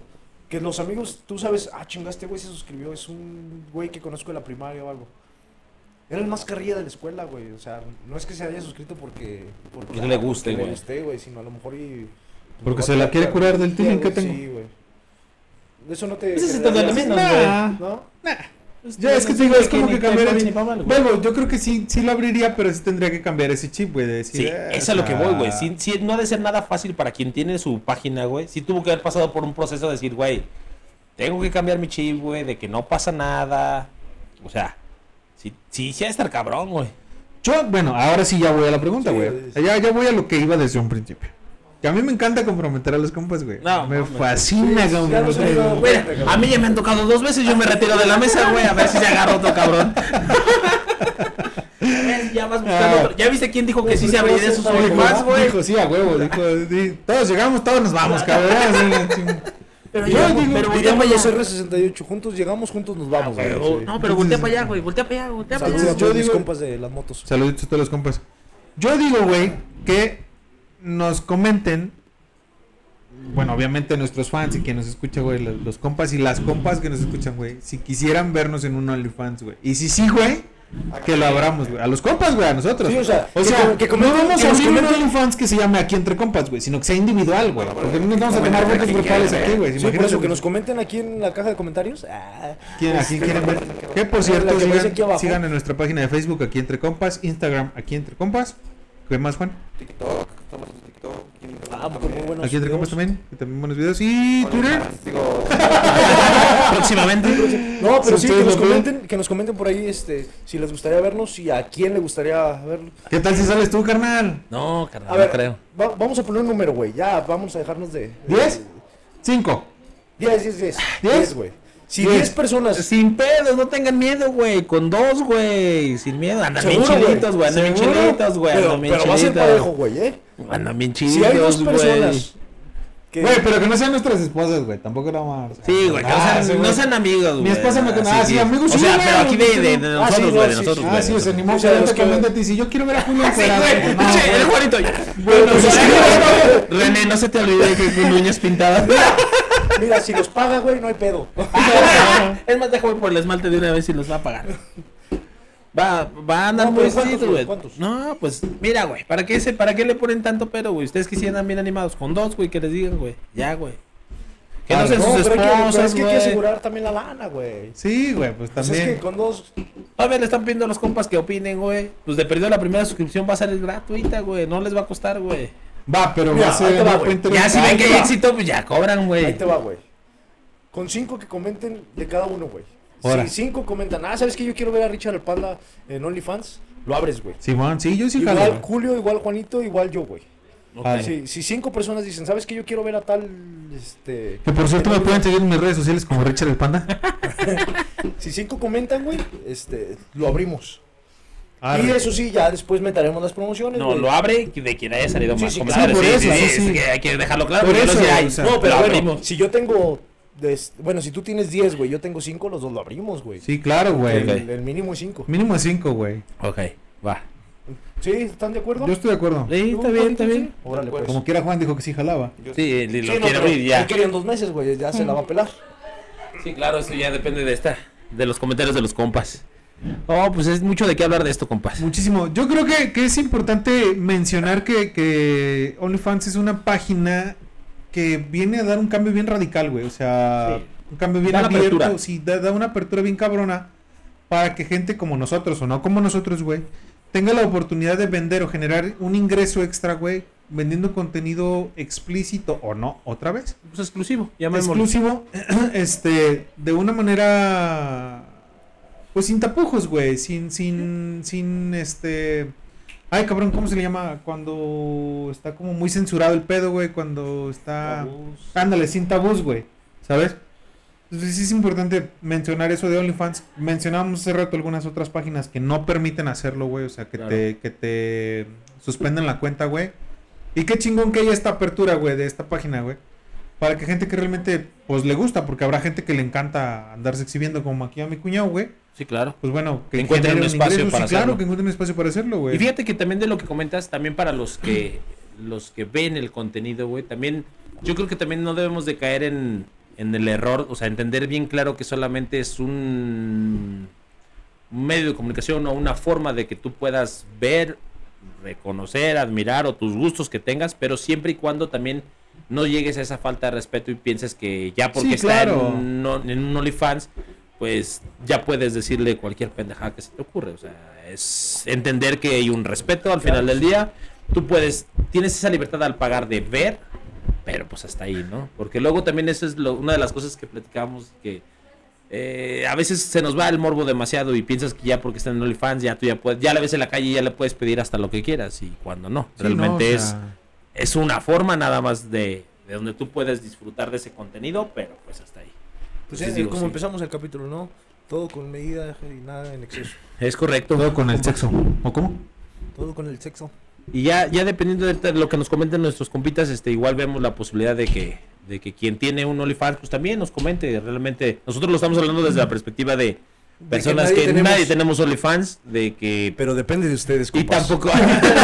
que los amigos, tú sabes, ah, chingaste, güey, se suscribió. Es un güey que conozco de la primaria o algo. Era el más carrilla de la escuela, güey. O sea, no es que se haya suscrito porque. Porque,
Porque le guste,
porque
güey.
le guste, güey, sino a lo mejor y.
Porque se la quiere curar del
tiempo
tilín que tengo.
Sí, güey. Eso no te.
Pues
Eso
te
sí
da-
te duele menos,
Nah.
¿No?
Ya, es que te digo, es como que cambiar el chip. Bueno, yo creo que sí, sí lo abriría, pero sí tendría que cambiar ese chip, güey. de decir,
Sí,
eh,
es a lo que
o sea,
voy, güey. Sí, sí, no ha de ser nada fácil para quien tiene su página, güey. Sí tuvo que haber pasado por un proceso de decir, güey, tengo que cambiar mi chip, güey, de que no pasa nada. O sea, sí, sí, sí ha de estar cabrón, güey.
Yo, bueno, ahora sí ya voy a la pregunta,
Sí,
güey.
sí.
Ya, ya voy a lo que iba desde un principio. Que a mí me encanta comprometer a los compas, güey.
No,
me
mames.
fascina
Ya nos hemos
comprometer.
dado
güey.
cuenta, cabrón.
A mí ya me han tocado dos veces, yo me retiro de la mesa, güey, a ver si se agarra otro cabrón. ¿Ves? Ya vas buscando
Ah.
otro. ¿Ya viste quién dijo que sí se abriría sus
Dijo,
OnlyFans, güey?
Dijo, sí, a huevo. Dijo, di- todos llegamos, todos nos vamos, cabrón. Así, así.
Pero
Yo
llegamos-
digo, pero
diríamos
voltea
los
para
R68, juntos llegamos, juntos nos vamos. güey.
Oh,
Sí.
No, pero voltea para allá, güey, voltea para allá, voltea para
Saludos
allá.
a
yo
todos mis
digo-
compas de las motos.
Saluditos a todos los compas. Yo digo, güey, que nos comenten. Bueno, obviamente nuestros fans y quien nos escucha, güey, los, los compas y las compas que nos escuchan, güey, si quisieran vernos en un OnlyFans, güey. Y si sí, güey, que lo abramos, güey. A los compas, güey, a nosotros.
Sí, o sea, que com- que
no
comenten-
vamos
que
a
nos
abrir un
comenten-
OnlyFans que se llame aquí entre compas, güey, sino que sea individual, güey. Porque no nos vamos a tomar fotos grupales aquí, güey.
Sí,
Imagínate,
por eso pues, que
güey,
nos comenten aquí en la caja de comentarios. Ah,
¿Quién, aquí quieren ver? Que por
La
cierto,
que aparece
sigan,
aquí abajo.
sigan en nuestra página de Facebook aquí entre compas, Instagram aquí entre compas. ¿Qué más, Juan?
ah, pues muy buenos.
Aquí entre compas
videos.
también, que también buenos videos. Y Twitter.
Próximamente.
No, pero
Si
sí, que
ustedes
nos
lo ven.
comenten, que nos comenten por ahí este, si les gustaría vernos y a quién le gustaría vernos.
¿Qué tal si sales tú, carnal?
No,
Ah,
A
carnal,
ver,
no creo.
va- vamos a poner un número, güey. Ya, vamos a dejarnos de.
¿Diez? Cinco.
10, 10, 10.
¿Diez?
10, güey. Si
Diez.
10 personas
Sin pedos, no tengan miedo, güey. Con dos, güey. Sin miedo. Andan bien
Seguro, güey.
chilitos, güey. Andan bien
Seguro,
chilitos, güey.
Pero,
Andan bien
pero va a ser parejo,
chilitos.
güey, ¿eh?
Andan bien
Si hay dos
chilitos, güey.
personas. que-
Güey, pero que no sean nuestras esposas, güey. Tampoco la vamos a...
Sí, güey. que
Ah,
no,
sí,
sean,
güey.
no sean amigos, güey.
Mi esposa me conoce. Ah, sí, amigos,
O
sí,
sea,
güey,
pero aquí de, de, de
Ah, sí,
nosotros,
no,
güey. De
sí,
nosotros, güey.
Ah, sí, o sea, ni modo
O sea,
que
los que-
directamente te dice, yo quiero ver a Julio
Sí, güey.
encuerado. No,
Che, el Juanito.
Bueno, pues,
René, no se te olvide que con uñas pintadas.
Mira, si los paga, güey, no hay pedo.
es más, déjame por el esmalte de una vez y los va a pagar. Va, va a andar
No,
muy
pero ¿cuántos,
chido,
güey?
güey.
¿Cuántos?
No, pues mira, güey. ¿Para qué, se, ¿Para qué le ponen tanto pero, güey? Ustedes que sí andan bien animados. Con dos, güey, que les digan, güey. Ya, güey. Que
Ah,
no sean
no,
sus
pero, hay que, pero es
esposas,
que hay que
güey.
asegurar también la lana, güey.
Sí, güey, pues
Pues es que
también.
con dos.
A ver, le están pidiendo a los compas que opinen, güey. Pues de perdido la primera suscripción va a ser gratuita, güey. No les va a costar, güey.
Va, pero va
Mira,
a
ahí
ser...
te va,
una
güey.
cuenta
Ya si ven que
Ahí
hay
va.
éxito, pues ya cobran,
Ahí
güey.
te va, güey. Con cinco que comenten de cada uno, güey.
Ahora.
Si cinco comentan, ah, ¿sabes que yo quiero ver a Richard el Panda en OnlyFans? Lo abres, güey.
Simón, sí, yo sí jalo.
Igual
güey.
Julio, igual Juanito, igual yo, güey.
Vale.
Si, si cinco personas dicen, ¿sabes que yo quiero ver a tal. Este.
Que por cierto me pueden seguir en mis redes sociales como Richard el Panda.
Si cinco comentan, güey, este, lo abrimos.
Ah,
Y
Arre.
eso sí, ya después meteremos las promociones.
No,
güey.
lo abre de quien haya salido
Sí,
más
sí,
comerciales.
claro, por
Sí,
eso,
sí,
sí,
sí,
sí.
es que hay que dejarlo claro.
Por
porque no
eso,
sé, ay,
o sea,
no, pero
Pero bueno,
abrimos.
si yo tengo. des- bueno, si tú tienes 10, güey, yo tengo 5, los dos lo abrimos, güey.
Sí, claro, güey.
el, el mínimo es 5.
Mínimo de cinco, güey.
Ok, va.
¿Sí? ¿Están de acuerdo?
Yo estoy de acuerdo.
Sí, está bien, está bien.
Órale, pues.
Como quiera Juan dijo que sí jalaba.
Sí, lo
Sí, no,
quiero
pero
abrir ya.
él quería en dos meses, güey, ya se la va a pelar.
Sí, claro, eso ya depende de esta, de los comentarios de los compas. Oh, pues es mucho de qué hablar de esto, compas.
Muchísimo. Yo creo que, que es importante mencionar que, que OnlyFans es una página que viene a dar un cambio bien radical, güey. O sea, un cambio bien
Da una
abierto.
apertura.
Sí, da, da una apertura bien cabrona para que gente como nosotros o no como nosotros, güey, tenga la oportunidad de vender o generar un ingreso extra, güey, vendiendo contenido explícito o no, otra vez.
Pues exclusivo, ya
exclusivo, este, de una manera, pues sin tapujos, güey, sin, sin, sin, este, ay, cabrón, ¿cómo se le llama? Cuando está como muy censurado el pedo, güey, cuando está, ándale, sin tabús, güey, ¿sabes? Entonces sí es importante mencionar eso de OnlyFans. Mencionábamos hace rato algunas otras páginas que no permiten hacerlo, güey, o sea, que
Claro.
te, que te suspenden la cuenta, güey. Y qué chingón que haya esta apertura, güey, de esta página, güey. Para que gente que realmente, pues, le gusta, porque habrá gente que le encanta andarse exhibiendo como aquí a mi cuñado, güey.
Sí, claro.
Pues bueno,
Que encuentren
genere
un espacio
ingreso,
para
sí, claro,
hacerlo.
que encuentren un espacio para hacerlo, güey.
Y fíjate que también de lo que comentas, también para los que los que ven el contenido, güey, también yo creo que también no debemos de caer en, en el error, o sea, entender bien claro que solamente es un medio de comunicación o una forma de que tú puedas ver, reconocer, admirar o tus gustos que tengas, pero siempre y cuando también no llegues a esa falta de respeto y pienses que ya porque
Sí,
está en
claro.
un no- en un OnlyFans, pues ya puedes decirle cualquier pendejada que se te ocurre. O sea, es entender que hay un respeto al final del día. Tú puedes, tienes esa libertad al pagar de ver, pero pues hasta ahí, ¿no? Porque luego también eso es lo- una de las cosas que platicamos que eh, a veces se nos va el morbo demasiado y piensas que ya porque están en OnlyFans ya tú ya puedes, ya la ves en la calle y ya le puedes pedir hasta lo que quieras y cuando no,
Sí,
realmente
no, o
es
sea,
es una forma nada más de, de donde tú puedes disfrutar de ese contenido, pero pues hasta ahí.
Pues
Entonces
es
digo,
como
sí.
empezamos el capítulo, ¿no? Todo con medida y nada en exceso.
Es correcto.
Todo con el sexo. ¿O cómo?
Todo con el sexo.
Y ya, ya dependiendo de lo que nos comenten nuestros compitas, este, igual vemos la posibilidad de que, de que quien tiene un OnlyFans, pues también nos comente realmente. Nosotros lo estamos hablando desde la perspectiva de personas que, nadie, tenemos OnlyFans, de que
Pero depende de ustedes,
y
compas.
tampoco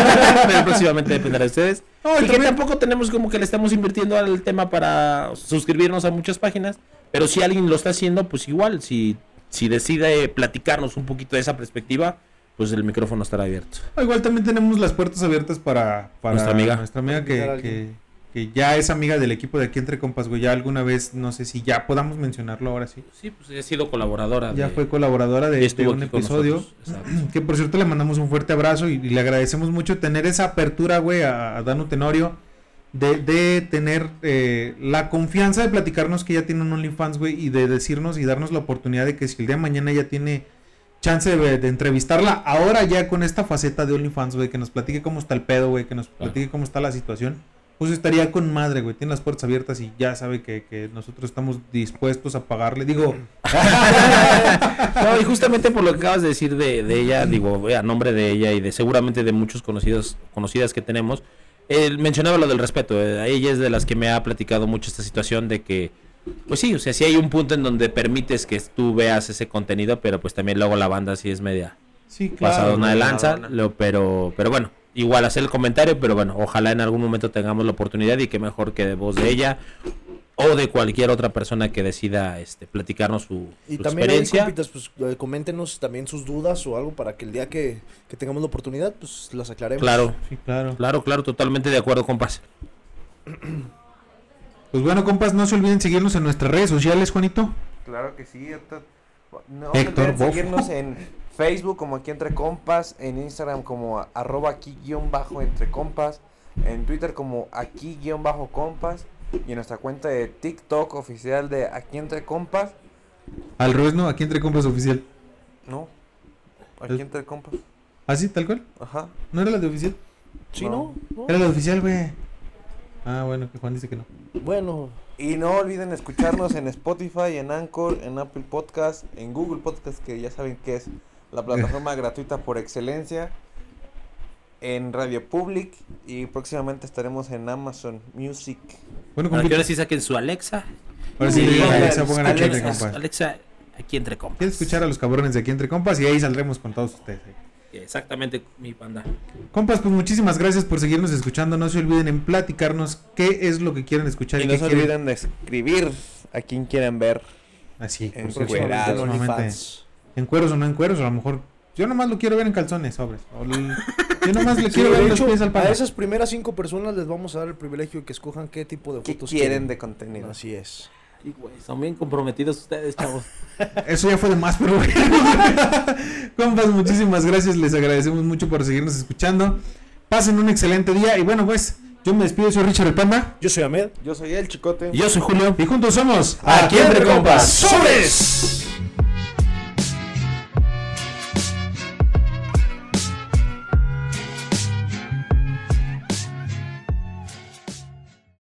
pero próximamente dependerá de ustedes
No, y
y que
también-
tampoco tenemos como que le estamos invirtiendo al tema para suscribirnos a muchas páginas pero si alguien lo está haciendo pues igual si si decide platicarnos un poquito de esa perspectiva pues el micrófono estará abierto
Ah, Igual también tenemos las puertas abiertas para, para
Nuestra amiga.
nuestra amiga
Invitar a
que, que,
alguien.
que ya es amiga del equipo de aquí entre compas, güey. Ya alguna vez, no sé si ya podamos mencionarlo ahora sí.
sí pues he sido colaboradora
Ya fue colaboradora de, de un episodio. Que por cierto le mandamos un fuerte abrazo y, y le agradecemos mucho tener esa apertura, güey, a, a Danu Tenorio. De, de tener eh, la confianza de platicarnos que ya tiene un OnlyFans, güey, y de decirnos y darnos la oportunidad de que si el día de mañana ya tiene chance de, de entrevistarla, ahora ya con esta faceta de OnlyFans, güey, que nos platique cómo está el pedo, güey, que nos
Claro.
platique cómo está la situación, pues estaría con madre, güey, tiene las puertas abiertas y ya sabe que, que nosotros estamos dispuestos a pagarle. Digo,
No, y justamente por lo que acabas de decir de, de ella, digo, güey, a nombre de ella y de seguramente de muchos conocidos, conocidas que tenemos, él mencionaba lo del respeto. eh, ella es de las que me ha platicado mucho esta situación de que, pues sí, o sea, si hay un punto en donde permites que tú veas ese contenido, pero pues también luego la banda sí es media
sí, claro.
pasada una de
güey.
lanza,
Madonna.
lo, pero, pero bueno, igual hacer el comentario, pero bueno, ojalá en algún momento tengamos la oportunidad y que mejor que de voz de ella o de cualquier otra persona que decida este platicarnos su,
Y
su
también, ahí,
experiencia.
compitas, pues eh, coméntenos también sus dudas o algo para que el día que, que tengamos la oportunidad, pues las aclaremos.
Claro.
Sí, claro.
Claro, claro, totalmente de acuerdo, compas.
Pues bueno, compas, no se olviden seguirnos en nuestras redes sociales, Juanito.
Claro que sí, Héctor. No
Héctor
olviden
Boff.
seguirnos en Facebook como aquí entre compas, en Instagram como a- arroba aquí guión bajo entre compas, en Twitter como aquí guión bajo compas y en nuestra cuenta de TikTok oficial de aquí entre compas.
Al revés, no, aquí entre compas oficial.
No, aquí entre compas.
¿Ah, sí, tal cual?
Ajá.
¿No era la de oficial?
¿Sí, no?
Era la de oficial, güey. Ah, bueno, que Juan dice que no.
Bueno,
Y no olviden escucharnos en Spotify, en Anchor, en Apple Podcast, en Google Podcast, que ya saben que es la plataforma gratuita por excelencia, en Radio Public y próximamente estaremos en Amazon Music.
Bueno,
Para que
compita,
ahora sí saquen su Alexa.
ahora sí,
Sí,
Alexa, pongan aquí entre
Alexa,
compas.
Alexa, aquí entre compas.
Quiero escuchar a los cabrones de aquí entre compas y ahí saldremos con todos ustedes. eh.
Exactamente, mi panda.
Compas, pues muchísimas gracias por seguirnos escuchando. No se olviden en platicarnos qué es lo que quieren escuchar y,
Y no
qué
se
quieren.
olviden de escribir a quien quieran ver.
Así, por
en
Pues
supuesto,
cueros.
próximamente en
próximamente.
OnlyFans.
Ah, pues, En cueros o no en cueros, o a lo mejor. Yo nomás lo quiero ver en calzones, sobres. O l- Yo nomás le
Sí,
quiero ver
de
los
hecho,
pies al
a
palo.
esas primeras cinco personas les vamos a dar el privilegio de que escojan qué tipo de
¿Qué
fotos
quieren de contenido?
Así es.
son bien comprometidos ustedes, chavos.
Eso ya fue de más, pero bueno. Compas, muchísimas gracias. Les agradecemos mucho por seguirnos escuchando. Pasen un excelente día. Y bueno, pues, yo me despido. Soy Richard el Panda.
Yo soy Ahmed.
Yo soy el chicote.
Yo soy Julio.
Y juntos somos
Aquí entre compas.
¡Sobres!